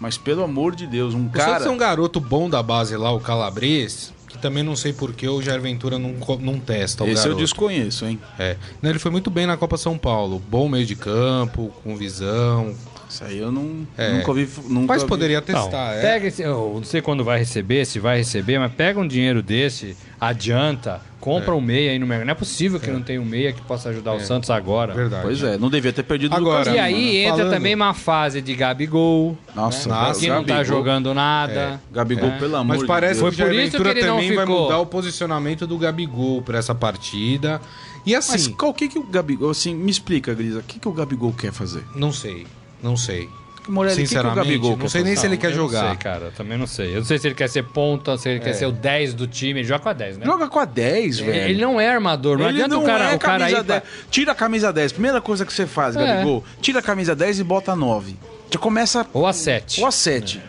D: Mas pelo amor de Deus, um
B: O Santos é
D: cara.
B: um garoto bom da base lá, o Calabres, que também não sei por que o Jair Ventura não, co- não testa o
D: Esse é eu
B: garoto.
D: desconheço, hein?
B: É. Não, Ele foi muito bem na Copa São Paulo. Bom meio de campo, com visão.
D: Isso aí eu não,
B: É.
D: nunca ouvi. Nunca
B: Mas
D: vi-
B: poderia
C: Então,
B: testar, é.
C: pega esse, eu não sei quando vai receber, se vai receber, mas pega um dinheiro desse, adianta, compra um meia aí no mercado. Não é possível que não tenha um meia que possa ajudar o Santos agora.
B: É. Verdade.
D: Pois é, não devia ter perdido
B: Agora,
D: do Casimiro,
C: E aí
B: Mano,
C: entra
B: falando-
C: também uma fase de Gabigol,
D: Nossa,
B: Né?
D: Nossa
C: que não tá
D: Gabigol. É.
C: jogando nada.
D: Gabigol, pelo amor
B: Mas parece
D: de Deus.
B: que o
C: Foi por
B: Jair
C: isso que
B: Ventura
C: ele não
B: também vai
C: ficou.
B: mudar o posicionamento do Gabigol pra essa partida. E
D: Mas
B: assim,
D: qual que, que o Gabigol, assim, me explica, Grisa, o que, que o Gabigol quer fazer?
B: não sei, não sei.
D: Que Morelli, o que que o
B: Sinceramente,
D: Gabigol
B: não
D: quer
B: sei nem
D: fazer?
B: se ele quer
C: eu Não
B: jogar.
C: sei, cara, também não sei. Eu não sei se ele quer ser ponta, se ele quer ser o 10 do time. Ele joga com a 10, né?
D: É. Joga com a 10, velho.
C: Ele não é armador, não
D: Ele
C: adianta
D: não
C: o cara,
D: é
C: o cara aí.
D: camisa
C: pra-
D: 10. Tira a camisa 10. Primeira coisa que você faz,
C: É.
D: Gabigol, tira a camisa 10 e bota a 9. Já começa
C: Ou a 7.
D: o a 7.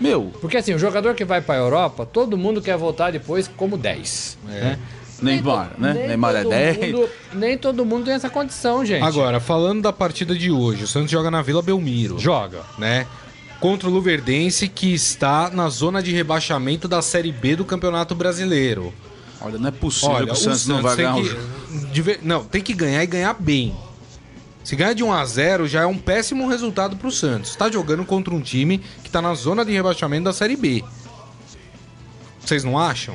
D: Meu,
C: Porque assim, o jogador que vai pra Europa, todo mundo quer voltar depois como 10.
D: É.
C: né?
D: Neymar,
C: to-
D: né?
C: nem
D: Neymar é
C: todo
D: 10.
C: mundo- nem todo mundo tem essa condição, gente.
B: Agora, falando da partida de hoje, o Santos joga na Vila Belmiro.
C: Joga.
B: né? Contra o Luverdense, que está na zona de rebaixamento da Série B do Campeonato Brasileiro.
D: Olha, não é possível que o Santos, não vai
B: tem
D: ganhar o
B: que-
D: jogo.
B: de ver- Não, tem que ganhar e ganhar bem. Se ganhar de 1 a 0 já é um péssimo resultado pro Santos. Está jogando contra um time que está na zona de rebaixamento da Série B. Vocês não acham?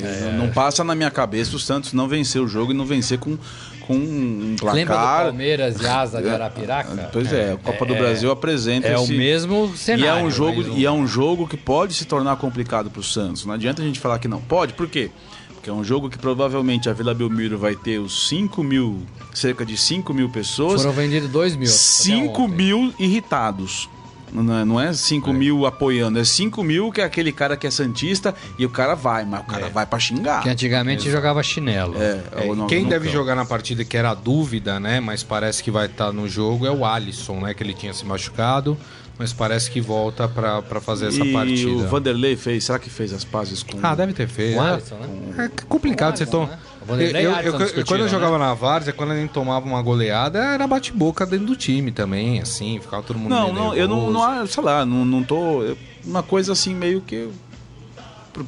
D: Não-
C: É.
D: Não passa na minha cabeça o Santos não vencer o jogo e não vencer com, com um placar. É.
C: Lembra do Palmeiras e Asa de Arapiraca?
D: Pois é, a Copa do
C: é-
D: Brasil apresenta
C: É o
D: esse...
C: mesmo
D: E é,
C: cenário. né,
D: um jogo,
C: mas o-
D: e é um jogo que pode se tornar complicado para o Santos. Não adianta a gente falar que não pode, por quê? Porque é um jogo que provavelmente a Vila Belmiro vai ter os 5 mil, cerca de 5 mil pessoas,
C: Foram vendidos 2 mil. até
D: 5
C: ontem.
D: mil irritados. Não é- Não é 5 mil apoiando, é 5 mil que é aquele cara que é Santista e o cara vai, mas o cara
C: É.
D: vai para xingar.
C: Que antigamente jogava chinelo.
D: É,
B: É,
D: ou não-
B: quem
D: não
B: deve
D: cão.
B: jogar na partida que era a dúvida, né? Mas parece que vai estar no jogo é o Alisson, né? Que ele tinha se machucado, mas parece que volta pra pra fazer essa
D: e
B: partida.
D: o Vanderlei fez, será que fez as pazes com...
B: Ah, deve ter feito.
C: O
B: né?
C: Alisson, né?
B: É complicado, vocês estão.
C: né? O Vanderlei e
B: Eu- eu-
C: Alisson
B: eu-
C: discutiram,
B: quando eu
C: né?
B: jogava na Várzea, quando a gente tomava uma goleada, era bate-boca dentro do time também, assim, ficava todo mundo.
D: Não,
B: meio
D: não, eu não, não
B: nervoso.
D: a- sei lá, não, não tô. eu- Uma coisa assim, meio que.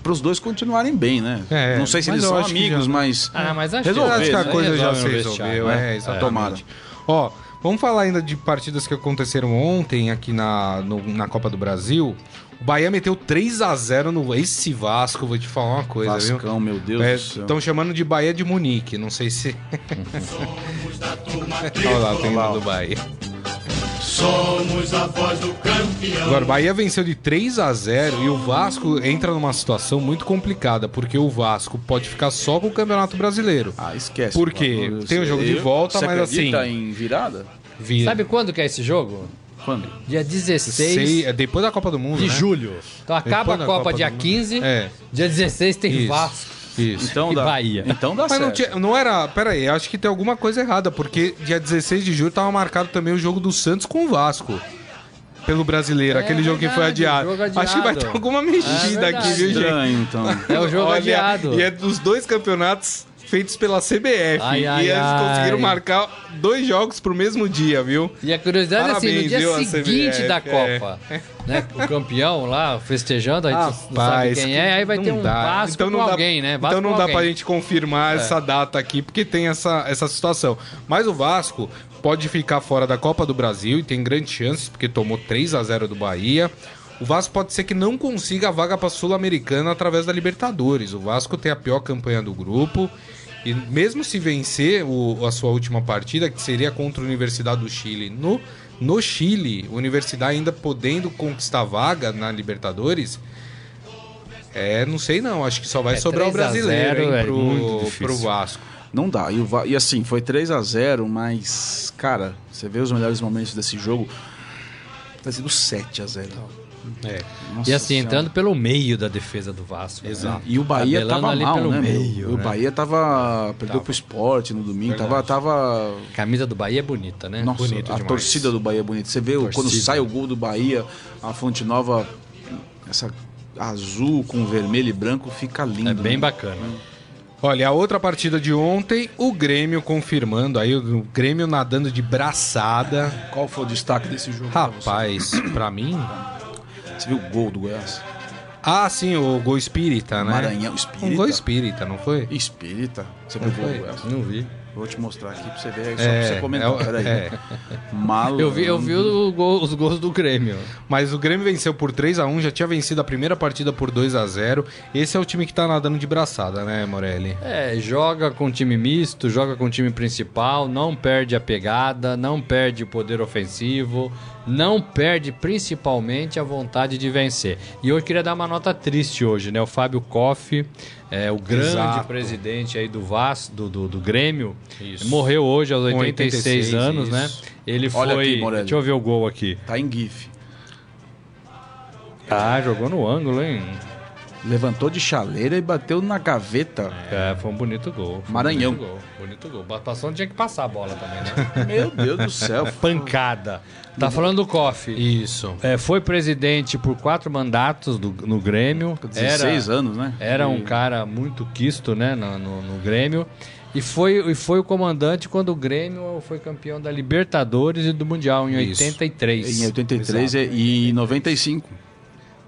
D: Para os dois continuarem bem, né?
B: É,
D: não sei se
B: mas
D: eles
B: eu
D: são
B: acho que já-
D: amigos, mas.
C: Ah, mas acho que-
B: Eu acho
D: resolver,
B: que a
D: né?
B: coisa já
C: Resolve
B: se
C: no
B: resolveu,
C: vestiário,
B: é,
C: né?
B: exatamente.
D: Tomara.
B: Ó, vamos falar ainda de partidas que aconteceram ontem aqui na, no- na Copa do Brasil. O Bahia meteu 3 a 0 no esse Vasco, vou te falar uma coisa, viu? É, então,
D: Vascão, meu Deus do céu.
B: Estão chamando de Bahia de Munique, não sei se. Olha lá, tem lá do Bahia.
E: Somos a voz do campeão.
B: Agora, o Bahia venceu de 3 a 0 e o Vasco entra numa situação muito complicada, porque o Vasco pode ficar só com o Campeonato Brasileiro.
D: Ah, esquece.
B: Por quê?
D: Pablo,
B: Tem o jogo de
D: eu-
B: volta,
D: você
B: mas
D: acredita
B: assim-
D: em virada?
B: Vira.
C: Sabe quando que é esse jogo?
D: Quando?
C: Dia 16
B: Sei, é depois da Copa do Mundo,
C: de
B: né?
C: julho. Então acaba a
B: Depois da
C: Copa,
B: Copa do
C: dia
B: Mundo.
C: 15,
B: É.
C: dia 16 tem
B: Isso.
C: Vasco. Tá
B: Isso.
D: Então
C: E
D: dá.
C: Bahia.
D: Então dá
B: Mas
D: certo.
B: não, tinha, não era. Pera aí, acho que tem alguma coisa errada, porque dia 16 de julho tava marcado também o jogo do Santos com o Vasco. Pelo brasileiro,
C: É
B: aquele jogo que foi
C: verdade,
B: adiado.
C: jogo adiado.
B: Acho que vai ter alguma mexida
C: É
B: aqui, viu, gente?
D: Estranho, então.
C: É o jogo
B: Olha,
C: adiado.
B: E é dos dois campeonatos feitos pela CBF.
C: Ai,
B: e
C: ai,
B: eles
C: ai.
B: conseguiram marcar dois jogos pro mesmo dia, viu?
C: E a curiosidade é assim,
B: Parabéns,
C: no dia
B: viu, a
C: seguinte
B: CBF,
C: da
B: é.
C: Copa, né? O campeão lá festejando, a gente Ah, não sabe
B: Rapaz,
C: quem é, aí vai
B: não
C: ter um
B: dá.
C: Vasco
B: então não
C: com
B: dá,
C: alguém, né? Vasco
B: então não
C: com
B: dá
C: alguém. É.
B: pra gente confirmar essa data aqui, porque tem essa, essa situação. Mas o Vasco pode ficar fora da Copa do Brasil e tem grandes chances, porque tomou 3 a 0 do Bahia. O Vasco pode ser que não consiga a vaga pra Sul-Americana através da Libertadores. O Vasco tem a pior campanha do grupo. E mesmo se vencer o- a sua última partida, que seria contra a Universidade do Chile no no Chile, o Universidade ainda podendo conquistar vaga na Libertadores. É, não sei não, acho que só vai
C: É,
B: sobrar o
C: 3 a 0,
B: brasileiro hein,
C: é muito
B: pro,
C: difícil.
B: pro Vasco.
D: Não dá. E, o Va- e assim, foi 3 a 0 mas, cara, você vê os melhores momentos desse jogo. Tá sendo 7 a 0
B: É.
D: Nossa
C: E assim,
D: Senhora.
C: entrando pelo meio da defesa do Vasco. né?
B: Exato.
D: E o Bahia
C: Tabelando
D: tava
C: ali
D: mal,
C: pelo
D: né? meu?
C: meio,
D: o
C: né?
D: Bahia tava. Perdeu pro esporte no domingo. Tava.
B: Verdade.
D: tava
C: Camisa do Bahia é bonita, né?
D: nossa,
B: bonito
D: a
B: demais.
D: torcida do Bahia é bonita. Você vê o-
C: Torcida.
D: quando sai o gol do Bahia, a Fonte Nova, essa azul com vermelho e branco, fica lindo.
C: É bem
D: né?
C: bacana.
B: Olha, a outra partida de ontem, o Grêmio confirmando aí, o Grêmio nadando de braçada.
D: Qual foi o destaque desse jogo? pra você?
B: Rapaz, pra mim.
D: Você viu o gol do Goiás?
B: Ah, sim, o gol espírita, né?
D: Maranhão, espírita.
B: Um gol espírita, não foi?
D: Espírita. Você viu
B: Não
D: o gol do
B: foi?
D: Goiás?
C: Não vi.
D: Vou te mostrar aqui pra você ver, só
B: É,
D: pra você
B: é
D: comentar.
B: o-
D: Peraí.
B: é.
D: Malandro.
C: Eu vi, eu vi o gol- os gols do Grêmio.
B: Mas o Grêmio venceu por 3 a 1 já tinha vencido a primeira partida por 2 a 0 Esse é o time que tá nadando de braçada, né, Morelli?
C: É, joga com time misto, joga com time principal, não perde a pegada, não perde o poder ofensivo, não perde principalmente a vontade de vencer. E eu queria dar uma nota triste hoje, né? O Fábio Koff, é, o grande
B: Exato.
C: presidente aí do Vasco, do, do, do Grêmio,
B: Isso.
C: morreu hoje aos
B: Com
C: 86,
B: 86,
C: anos, né?
B: isso.
C: Ele foi.
D: Olha aqui, Morelli.
C: deixa eu ver o gol aqui.
D: Tá em GIF.
C: Ah, jogou no ângulo, hein?
D: Levantou de chaleira e bateu na gaveta.
C: É, foi um bonito gol. foi um
D: Maranhão.
C: Bonito gol. Bonito gol. Passou onde tinha que passar a bola também, né?
B: É.
D: Meu Deus do céu.
C: pancada. Tá falando do Koff.
B: Isso.
C: É, foi presidente por quatro mandatos do- no Grêmio.
D: Com 16
C: era,
D: anos,
B: É,
D: né?
C: Era um cara muito quisto, né, no, no- no Grêmio. E foi, e foi o comandante quando o Grêmio foi campeão da Libertadores e do Mundial em
B: Isso.
C: 83.
D: Em 83 e e 95.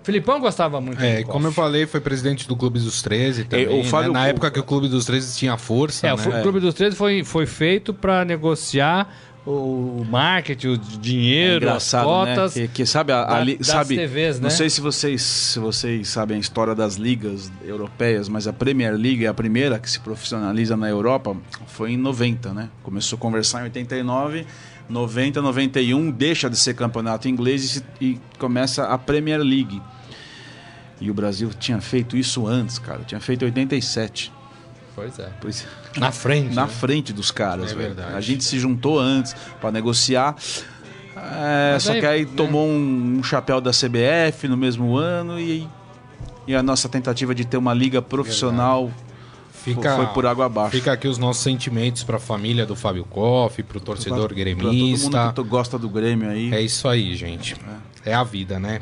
C: Filipão gostava muito
B: É,
C: do
B: e
C: Koff.
B: como eu falei, foi presidente do Clube dos 13 também,
D: É, o Fábio-
B: né? Na época que o Clube dos 13 tinha força,
C: É,
B: né?
C: o Fu- Clube dos 13 foi, foi feito para negociar o o marketing, o d- dinheiro, as
D: É Engraçado,
C: cotas.
D: né? Que, que sabe, a-
C: da-
D: ali,
C: das
D: sabe
C: TVs, né?
D: não sei se vocês, se vocês sabem a história das ligas europeias, mas a Premier League é a primeira que se profissionaliza na Europa, foi em 90, né? Começou a conversar em 89, 90, 91, deixa de ser campeonato inglês e, se- e começa a Premier League. E o Brasil tinha feito isso antes, cara. Tinha feito 87.
C: Pois é.
D: Por isso-
C: Na frente.
D: na
C: né?
D: frente dos caras,
B: É
D: velho.
B: verdade.
D: A gente se juntou antes pra negociar. É,
C: Mas
D: só
C: aí,
D: que aí
C: né?
D: tomou um, um chapéu da CBF no mesmo ano e, e a nossa tentativa de ter uma liga profissional
B: Fica,
D: foi por água abaixo.
B: Fica aqui os nossos sentimentos pra família do Fábio Koff, pro
D: Pra-
B: torcedor
D: pra todo mundo
B: gremista.
D: que tá to- gosta do Grêmio aí.
B: É isso aí, gente. É a vida, né?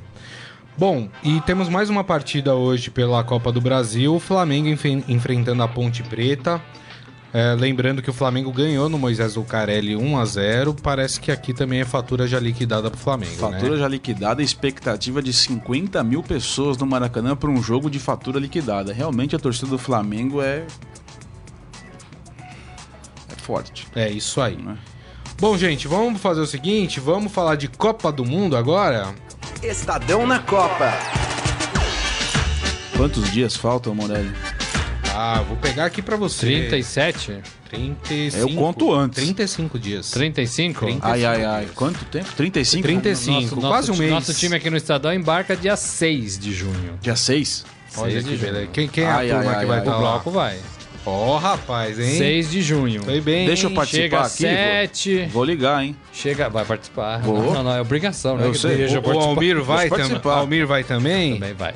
B: Bom, e temos mais uma partida hoje pela Copa do Brasil. O Flamengo enfe- enfrentando a Ponte Preta. É, lembrando que o Flamengo ganhou no Moisés Lucarelli 1 a 0 Parece que aqui também é fatura já liquidada pro Flamengo.
D: Fatura
B: né?
D: já liquidada, expectativa de 50 mil pessoas no Maracanã para um jogo de fatura liquidada. Realmente a torcida do Flamengo é. é forte.
B: É isso aí.
D: né?
B: Bom, gente, vamos fazer o seguinte: vamos falar de Copa do Mundo agora?
A: Estadão na Copa.
D: Quantos dias faltam, Morelli?
B: Ah, vou pegar aqui pra você.
C: 37?
B: 35.
D: Eu conto antes.
B: 35 dias.
C: 35?
B: Trinta
D: Ai, ai, ai. Quanto tempo? 35?
B: 35,
C: Nosso-
B: quase
C: nosso,
B: um mês.
C: Nosso time aqui no Estadão embarca dia 6 de junho.
D: Dia 6?
B: Olha
C: Seis
B: que
C: de junho.
B: beleza. Quem, quem é
D: Ai,
B: a turma
D: ai,
B: que
D: ai,
B: vai
D: ai.
B: estar
D: Tá
C: o
B: lá?
C: bloco vai.
B: Ó, rapaz, hein?
C: 6 de junho.
B: Foi bem.
D: Deixa eu
B: hein?
D: participar
C: Chega
D: aqui. vou-
C: 7.
D: Vou ligar, hein?
C: Chega. Vai participar.
D: Vou.
C: Não, não, não, é obrigação, né?
D: Eu
C: Que
D: sei.
C: deseja
B: O, o
C: participar.
B: Almir vai
D: Vou
B: também.
D: participar.
B: Almir vai também?
C: Também vai.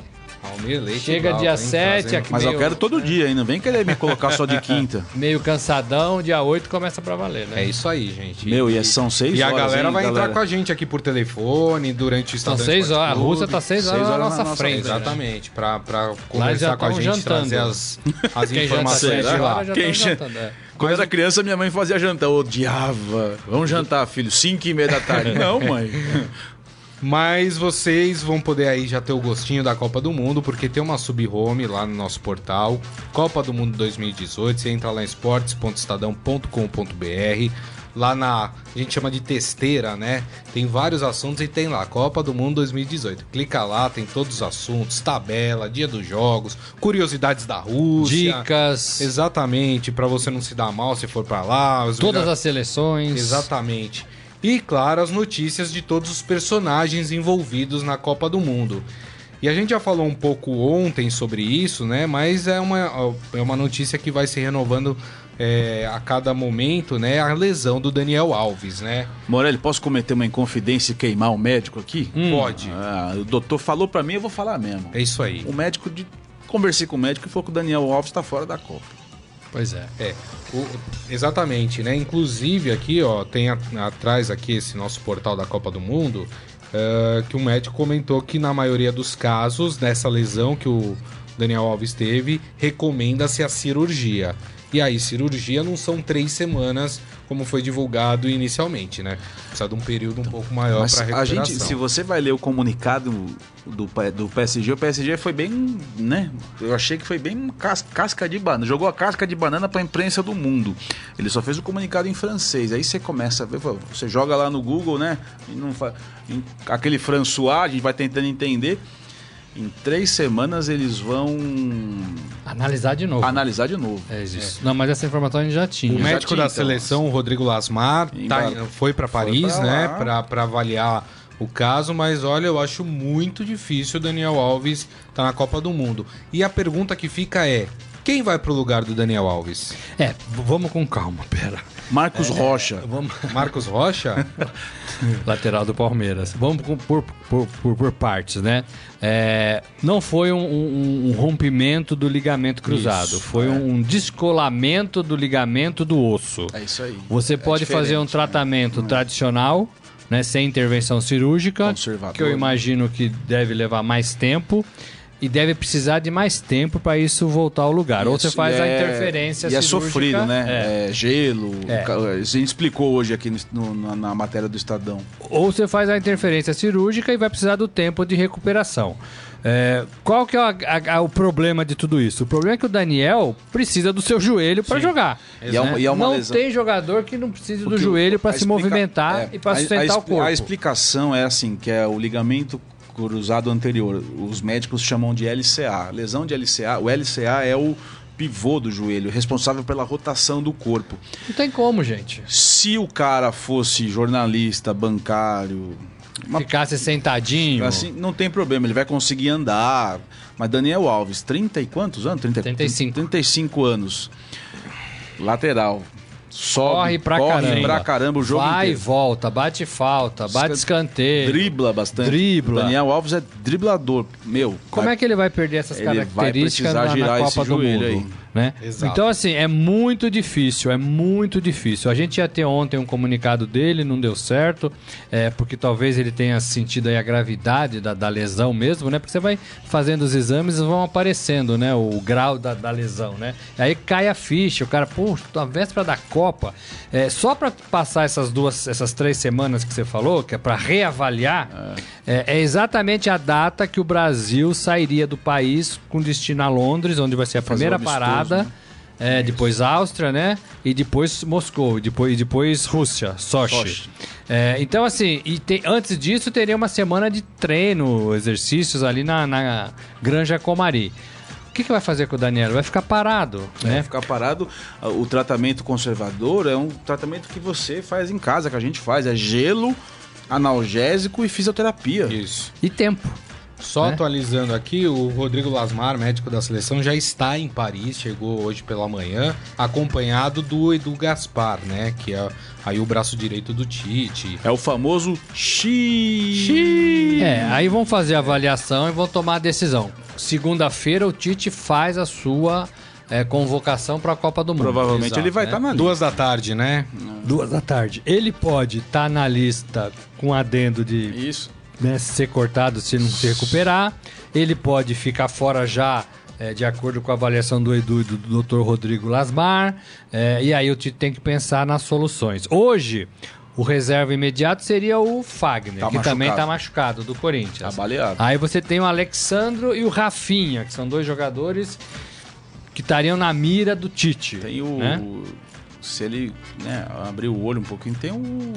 B: Almir Leite.
C: Chega
B: Glauco,
C: dia
B: hein?
C: 7
B: Trazendo-
C: aqui.
D: Mas eu
C: Meu.
D: quero todo dia, hein? Não vem querer me colocar só de quinta.
C: Meio cansadão, dia 8 começa pra valer, né?
B: É isso aí, gente.
D: Meu, e é são seis
B: E a
D: horas,
B: galera
D: hein,
B: vai entrar
D: galera?
B: com a gente aqui por telefone durante o
C: São
B: Estadão
C: 6
B: Esporte
C: horas. A
B: Clube.
C: Rússia tá 6 horas, na nossa, frente. né?
B: Exatamente, pra, pra
C: já
B: conversar com a
C: tão
B: gente,
C: jantando.
B: trazer as, as
C: Quem janta
B: informações
C: sete
B: de lá.
C: horas já
D: Quem
C: tá
D: janta-
C: jantando, é.
D: Quando era criança, minha mãe fazia jantar. Eu odiava. Vamos jantar, filho. Cinco e meia da tarde. Não, mãe.
B: Mas vocês vão poder aí já ter o gostinho da Copa do Mundo, porque tem uma sub-home lá no nosso portal, Copa do Mundo 2018. Você entra lá em esportes.estadão.com.br. Lá na. A gente chama de testeira, né? Tem vários assuntos e tem lá, Copa do Mundo 2018. Clica lá, tem todos os assuntos, tabela, dia dos jogos, curiosidades da Rússia.
C: Dicas.
B: Exatamente, pra você não se dar mal se for pra lá. os
C: Todas
B: melhores-
C: as seleções.
B: Exatamente. E, claro, as notícias de todos os personagens envolvidos na Copa do Mundo. E a gente já falou um pouco ontem sobre isso, né? Mas é uma, é uma notícia que vai se renovando é, a cada momento, né? A lesão do Daniel Alves, né?
D: Morelli, posso cometer uma inconfidência e queimar o médico aqui?
B: Pode.
D: Ah, o doutor falou pra mim, eu vou falar mesmo.
B: É isso aí.
D: O médico de. Conversei com o médico e falou que o Daniel Alves tá fora da Copa.
C: Pois é.
B: É, o- exatamente, né? Inclusive aqui, ó, tem a- atrás aqui esse nosso portal da Copa do Mundo, eh, que o médico comentou que na maioria dos casos dessa lesão que o Daniel Alves teve, recomenda-se a cirurgia. E aí, cirurgia não são três semanas, como foi divulgado inicialmente, né? Precisa de um período um pouco maior
D: Mas
B: para
D: a
B: recuperação.
D: gente, se você vai ler o comunicado do, P- do PSG, o PSG foi bem, né? Eu achei que foi bem cas- casca de banana. Jogou a casca de banana pra imprensa do mundo. Ele só fez o comunicado em francês. Aí você começa a ver, você joga lá no Google, né? E não fa... em- Aquele François, a gente vai tentando entender. Em três semanas eles vão
C: Analisar de novo.
D: analisar de novo.
C: É isso. Não, mas essa informação a gente já tinha.
B: O
D: já
B: médico
D: tinha,
B: da
D: então.
B: seleção, o Rodrigo Lasmar,
D: Em
B: tá-
D: Bar-
B: foi para Paris,
D: pra
B: né,
D: lá.
B: para avaliar o caso, mas olha, eu acho muito difícil o Daniel Alves estar na Copa do Mundo. E a pergunta que fica é: quem vai pro lugar do Daniel Alves?
C: É, v- vamos com calma, pera.
D: Marcos Rocha.
C: Vamos...
B: Marcos Rocha?
C: Lateral do Palmeiras. Vamos com- por, por, por- por partes, né? É, não foi um, um- um rompimento do ligamento cruzado.
D: Isso, é.
C: foi um descolamento do ligamento do osso.
D: É isso aí.
C: Você
D: É
C: pode fazer um
D: diferente, é.
C: tratamento tradicional, né, sem intervenção cirúrgica,
D: Conservador,
C: que eu
D: né?
C: imagino que deve levar mais tempo e deve precisar de mais tempo para isso voltar ao lugar. Ou você
D: Isso,
C: faz
D: e
C: a
D: é-
C: interferência
D: E é
C: cirúrgica.
D: sofrido,
C: É.
D: né? É, gelo.
C: É.
D: ca- Você explicou hoje aqui no- no- na, na matéria do Estadão.
C: Ou você faz a interferência cirúrgica e vai precisar do tempo de recuperação. É, qual que é o, a- a- o problema de tudo isso? O problema é que o Daniel precisa do seu joelho para jogar.
D: E é uma- e é uma
C: não
D: lesão.
C: tem jogador que não precise do
D: Porque
C: joelho para
D: a
C: se
D: explica-
C: movimentar
D: é,
C: e para
D: a- a
C: sustentar o
D: expli-
C: corpo.
D: A explicação é assim, que é o ligamento cruzado anterior. Os médicos chamam de LCA. Lesão de LCA, o LCA é o pivô do joelho, responsável pela rotação do corpo.
C: Não tem como, gente.
D: Se o cara fosse jornalista, bancário, uma
C: Ficasse sentadinho.
D: Assim, não tem problema, ele vai conseguir andar. Mas Daniel Alves, 30 e quantos anos? 30,
C: 35.
D: 35 anos. Lateral. Sobe,
C: corre pra caramba.
D: pra caramba o jogo
C: Vai e
D: inteiro.
C: volta, bate falta, bate escanteio.
D: Dribla bastante.
C: Dribla.
D: Daniel Alves é driblador. Meu,
C: Como
D: vai-
C: é que ele vai perder essas
D: Ele vai
C: características
D: precisar
C: na, na
D: girar
C: Copa
D: esse
C: do Mundo?
D: joelho aí.
C: Né?
B: Exato.
C: Então, assim, é muito difícil, é muito difícil. A gente ia ter ontem um comunicado dele, não deu certo, é, porque talvez ele tenha sentido aí a gravidade da, da lesão mesmo, né? Porque você vai fazendo os exames e vão aparecendo, né? O grau da, da lesão, né? Aí cai a ficha, o cara, pô, na véspera da Copa, é, só pra passar essas duas, essas três semanas que você falou, que é pra reavaliar, é. é exatamente a data que o Brasil sairia do país com destino a Londres, onde vai ser a
D: Fazer o
C: primeira
D: amistoso,
C: parada.
D: né?
C: É, depois Áustria, né? E depois Moscou, e depois, e depois Rússia, Sochi.
D: Sochi.
C: É, então, assim, e te- antes disso teria uma semana de treino, exercícios ali na, na Granja Comari. O que, que vai fazer com o Daniel? Vai ficar parado,
D: né?
C: né?
D: Ficar parado, ah, o tratamento conservador é um tratamento que você faz em casa, que a gente faz. É gelo, analgésico e fisioterapia.
B: Isso.
C: E tempo.
B: Só
C: Né?
B: atualizando aqui, o Rodrigo Lasmar, médico da seleção, já está em Paris, chegou hoje pela manhã, acompanhado do Edu Gaspar, né, que é aí o braço direito do Tite.
D: É o famoso Xi.
C: É, aí vão fazer a avaliação e vão tomar a decisão. Segunda-feira o Tite faz a sua é, convocação para a Copa do Mundo.
D: Provavelmente ele vai tá
C: né?
D: estar na lista.
B: Duas da tarde, né?
D: Hum.
C: Duas da tarde. Ele pode estar na lista com adendo de
D: Isso.
C: né, ser cortado se não se recuperar. Ele pode ficar fora já, é, de acordo com a avaliação do Edu e do Dr. Rodrigo Lasmar. É, e aí o Tite tem que pensar nas soluções. Hoje, o reserva imediato seria o Fagner,
D: Tá
C: que também
D: machucado.
C: está machucado, do
D: Tá
C: Corinthians.
D: baleado.
C: Aí você tem o Alexandro e o Rafinha, que são dois jogadores que estariam na mira do Tite.
D: Tem o.
C: né?
D: Se ele né, abrir o olho um pouquinho, tem o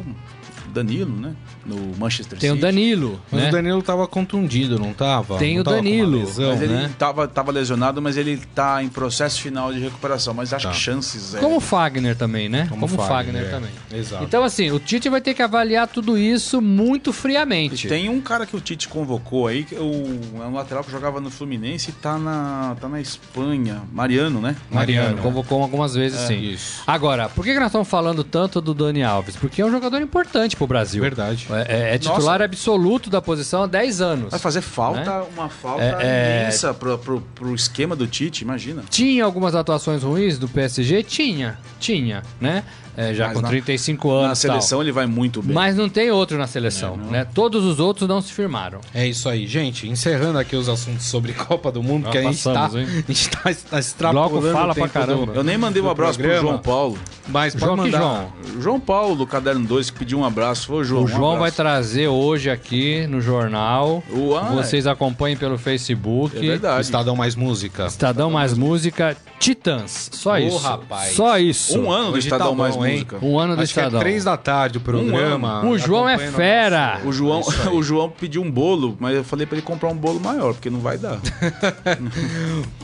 D: Danilo, né? No Manchester
C: Tem o
D: City.
C: Danilo,
B: Mas
C: né?
B: o Danilo tava contundido, não tava?
C: Tem
B: Não
C: o
B: tava com uma
C: Danilo,
B: lesão,
D: Mas ele
B: né?
D: tava, tava lesionado, mas ele tá em processo final de recuperação. Mas acho
B: Tá.
D: que chances é.
C: Como o Fagner também, né? Como, o Fagner,
B: é.
C: também.
B: Exato.
C: Então, assim, o Tite vai ter que avaliar tudo isso muito friamente.
D: E tem um cara que o Tite convocou aí, que é o- é um lateral que jogava no Fluminense e tá na, tá na Espanha. Mariano, né?
B: Mariano.
C: Convocou algumas
D: É,
C: vezes, sim.
B: isso.
C: Agora, por que, que nós estamos falando tanto do Dani Alves? Porque é um jogador importante pro Brasil.
B: Verdade.
C: É, é- é titular absoluto da posição há 10 anos.
D: Vai fazer falta, uma falta
C: Né? É, é-
D: imensa pro, pro, pro esquema do Tite, imagina.
C: Tinha algumas atuações ruins do PSG? Tinha, tinha, né? É, já
D: Mas
C: com
D: na-
C: 35 anos.
D: Na
C: e tal.
D: seleção ele vai muito bem. É,
C: Mas não tem outro na seleção, né? Todos os outros não se firmaram.
B: É isso aí, gente. Encerrando aqui os assuntos sobre Copa do Mundo,
C: Nós
B: que a gente,
C: passamos,
B: tá,
C: hein?
B: a gente tá, tá extrapolando
C: Bloco fala
B: o tempo
C: pra caramba.
B: do-
D: Eu nem mandei um
B: do
D: abraço pro
B: programa.
D: João Paulo.
B: Mas pode
C: João que
B: mandar.
C: João.
D: João Paulo, do Caderno 2, que pediu um abraço. Ô, João.
C: O
D: um
C: João vai
B: tá
D: abraço.
C: trazer hoje aqui no jornal.
D: Uai.
C: Vocês acompanhem pelo Facebook.
D: É verdade.
B: Estadão mais música.
C: Estadão mais música, Titãs. Só
B: Ô,
C: isso.
B: rapaz.
C: Só isso.
D: Um ano do
B: Hoje tá
D: Estadão
B: bom,
D: Mais
B: hein?
D: Música.
C: Um ano do
B: Acho que é
C: Estadão. Um
B: três da tarde o programa.
C: O João é
B: Acompanha no
C: fera.
B: nosso-
D: O João,
B: É Isso aí.
D: o João pediu um bolo, mas eu falei pra ele comprar um bolo maior, porque não vai dar.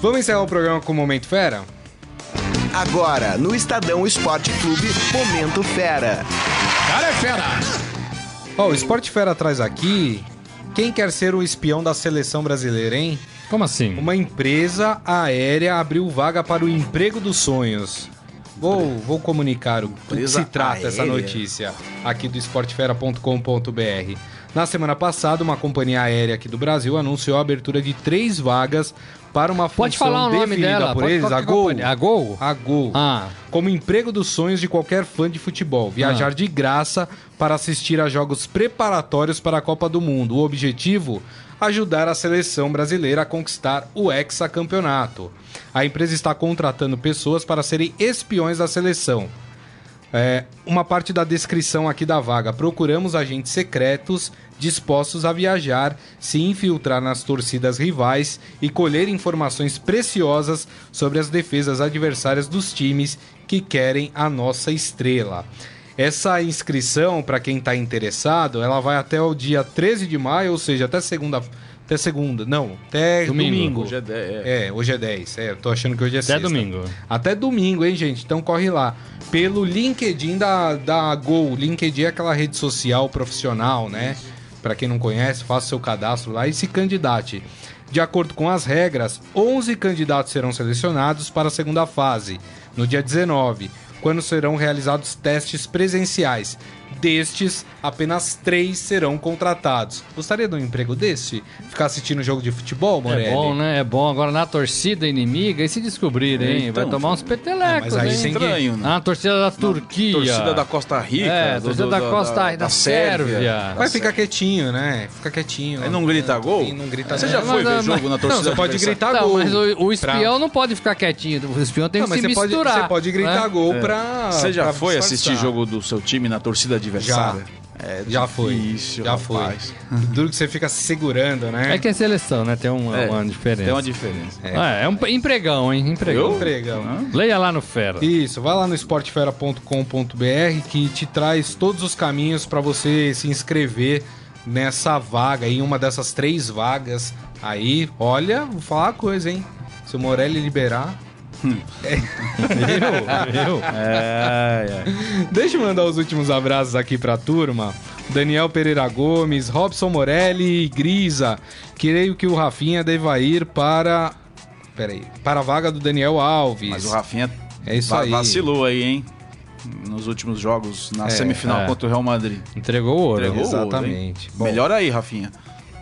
B: Vamos encerrar o programa com o Momento Fera?
A: Agora, no Estadão Esporte Clube, Momento Fera.
B: Cara é fera! Ó, o Esporte Fera traz aqui... Quem quer ser o espião da seleção brasileira, hein?
C: Como assim?
B: Uma empresa aérea abriu vaga para o emprego dos sonhos. Vou, vou comunicar o do que
D: Empresa
B: se trata essa
D: aérea.
B: notícia aqui do esportefera.com.br. Na semana passada, uma companhia aérea aqui do Brasil anunciou a abertura de três vagas para uma função
C: Pode falar o nome
B: definida
C: dela.
B: por
C: pode
B: eles,
C: qualquer
B: a Gol.
C: companhia. A Gol?
B: A Gol.
C: Ah.
B: Como emprego dos sonhos de qualquer fã de futebol, viajar
C: Ah.
B: de graça para assistir a jogos preparatórios para a Copa do Mundo. O objetivo? Ajudar a seleção brasileira a conquistar o hexacampeonato. A empresa está contratando pessoas para serem espiões da seleção. É, uma parte da descrição aqui da vaga. Procuramos agentes secretos dispostos a viajar, se infiltrar nas torcidas rivais e colher informações preciosas sobre as defesas adversárias dos times que querem a nossa estrela. Essa inscrição, para quem está interessado, ela vai até o dia 13 de maio, ou seja, até segunda. Até segunda, não, até
C: Domingo.
B: domingo.
D: Hoje é de- é.
B: É, hoje é 10. É, eu tô achando que hoje é
C: Até
B: sexta.
C: domingo.
B: Até domingo, hein, gente? Então corre lá. Pelo LinkedIn da, da Gol. LinkedIn é aquela rede social profissional, né? Pra quem não conhece, faça seu cadastro lá e se candidate. De acordo com as regras, 11 candidatos serão selecionados para a segunda fase, no dia 19, quando serão realizados testes presenciais. Destes, apenas três serão contratados. Gostaria de um emprego desse? Ficar assistindo jogo de futebol, Morelli?
C: É bom, né? É bom. Agora na torcida inimiga, e se descobrirem, hein? Vai
D: Então,
C: tomar uns petelecos,
B: É, mas aí
C: hein?
B: sem
D: Estranho, né?
C: Ah, Na torcida da Turquia.
B: ah.
D: Torcida da Costa Rica.
C: É,
D: do-
C: torcida
D: do-
C: da Costa da, Sérvia.
B: Vai ficar quietinho, né? Fica quietinho.
D: Aí não grita gol?
B: E não grita
D: Você
B: nada.
D: já
C: mas-
D: foi ver
C: mas-
D: jogo na torcida?
B: Não, você pode
D: adversária?
B: gritar
C: Não,
B: tá gol.
C: mas o, o
B: pra-
C: espião não pode ficar quietinho. O espião tem
B: Não,
C: que
B: mas
C: se
B: você
C: misturar.
B: pode, você pode gritar
C: né?
D: É.
B: gol pra.
D: Você já
B: pra
D: foi
B: disfarçar.
D: assistir jogo do seu time na torcida adversária? É
B: Já foi.
D: difícil,
B: já
D: rapaz.
B: foi. Duro que você fica se segurando, né?
C: É que é seleção, né? Tem um-
D: É,
C: uma diferença.
D: Tem uma diferença.
C: É, é um empregão, hein? Empregão.
B: Empregão.
C: Leia lá no Fera.
B: Isso, vai lá no esportefera.com.br que te traz todos os caminhos para você se inscrever nessa vaga, em uma dessas três vagas aí. Olha, vou falar uma coisa, hein? Se o Morelli liberar, é,
C: Eu, eu.
D: É,
B: Deixa eu mandar os últimos abraços aqui pra turma. Daniel Pereira Gomes, Robson Morelli e Grisa. Creio que o Rafinha deva ir para. Peraí. Para a vaga do Daniel Alves.
D: Mas o Rafinha
B: É isso
D: va-
B: aí.
D: vacilou aí, hein? Nos últimos jogos, na
B: É,
D: semifinal
C: é.
D: contra o Real Madrid.
C: Entregou o ouro.
D: Entregou. o ouro,
B: Exatamente. Bom,
D: Melhor aí, Rafinha.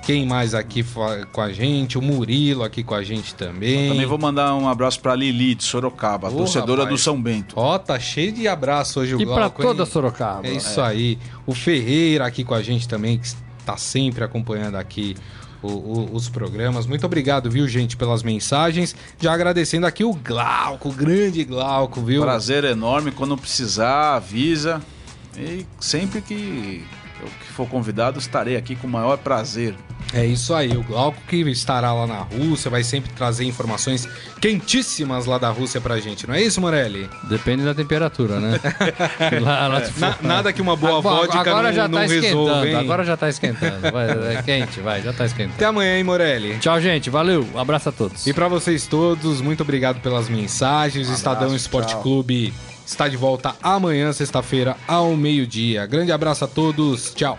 B: quem mais aqui fa- com a gente? O Murilo aqui com a gente também.
D: Também vou mandar um abraço pra Lili de Sorocaba,
B: Ô,
D: torcedora
B: rapaz.
D: do São Bento.
B: Ó, tá cheio de abraço hoje
C: E
B: o
C: pra
B: Glauco, hein?
C: toda Sorocaba.
B: É isso aí. O Ferreira aqui com a gente também, que está sempre acompanhando aqui o- o- os programas. Muito obrigado, viu, gente, pelas mensagens. Já agradecendo aqui o Glauco, o grande Glauco, viu?
D: Prazer enorme. Quando precisar, avisa. E sempre que eu que for convidado, estarei aqui com o maior prazer.
B: É isso aí, o Glauco que estará lá na Rússia, vai sempre trazer informações quentíssimas lá da Rússia pra gente, não é isso, Morelli?
C: Depende da temperatura, né? Lá- lá se
B: Na-
C: for-
B: nada que uma boa
C: Agora-
B: vodka
C: agora
B: não,
C: já tá
B: não
C: esquentando,
B: resolva, hein?
C: Agora já tá esquentando. Vai, é quente, vai, já tá esquentando.
B: Até amanhã, hein, Morelli?
C: Tchau, gente. Valeu. Abraço a todos.
B: E pra vocês todos, muito obrigado pelas mensagens. Estadão Esporte Clube está de volta amanhã, sexta-feira, ao meio-dia. Grande abraço a todos, tchau.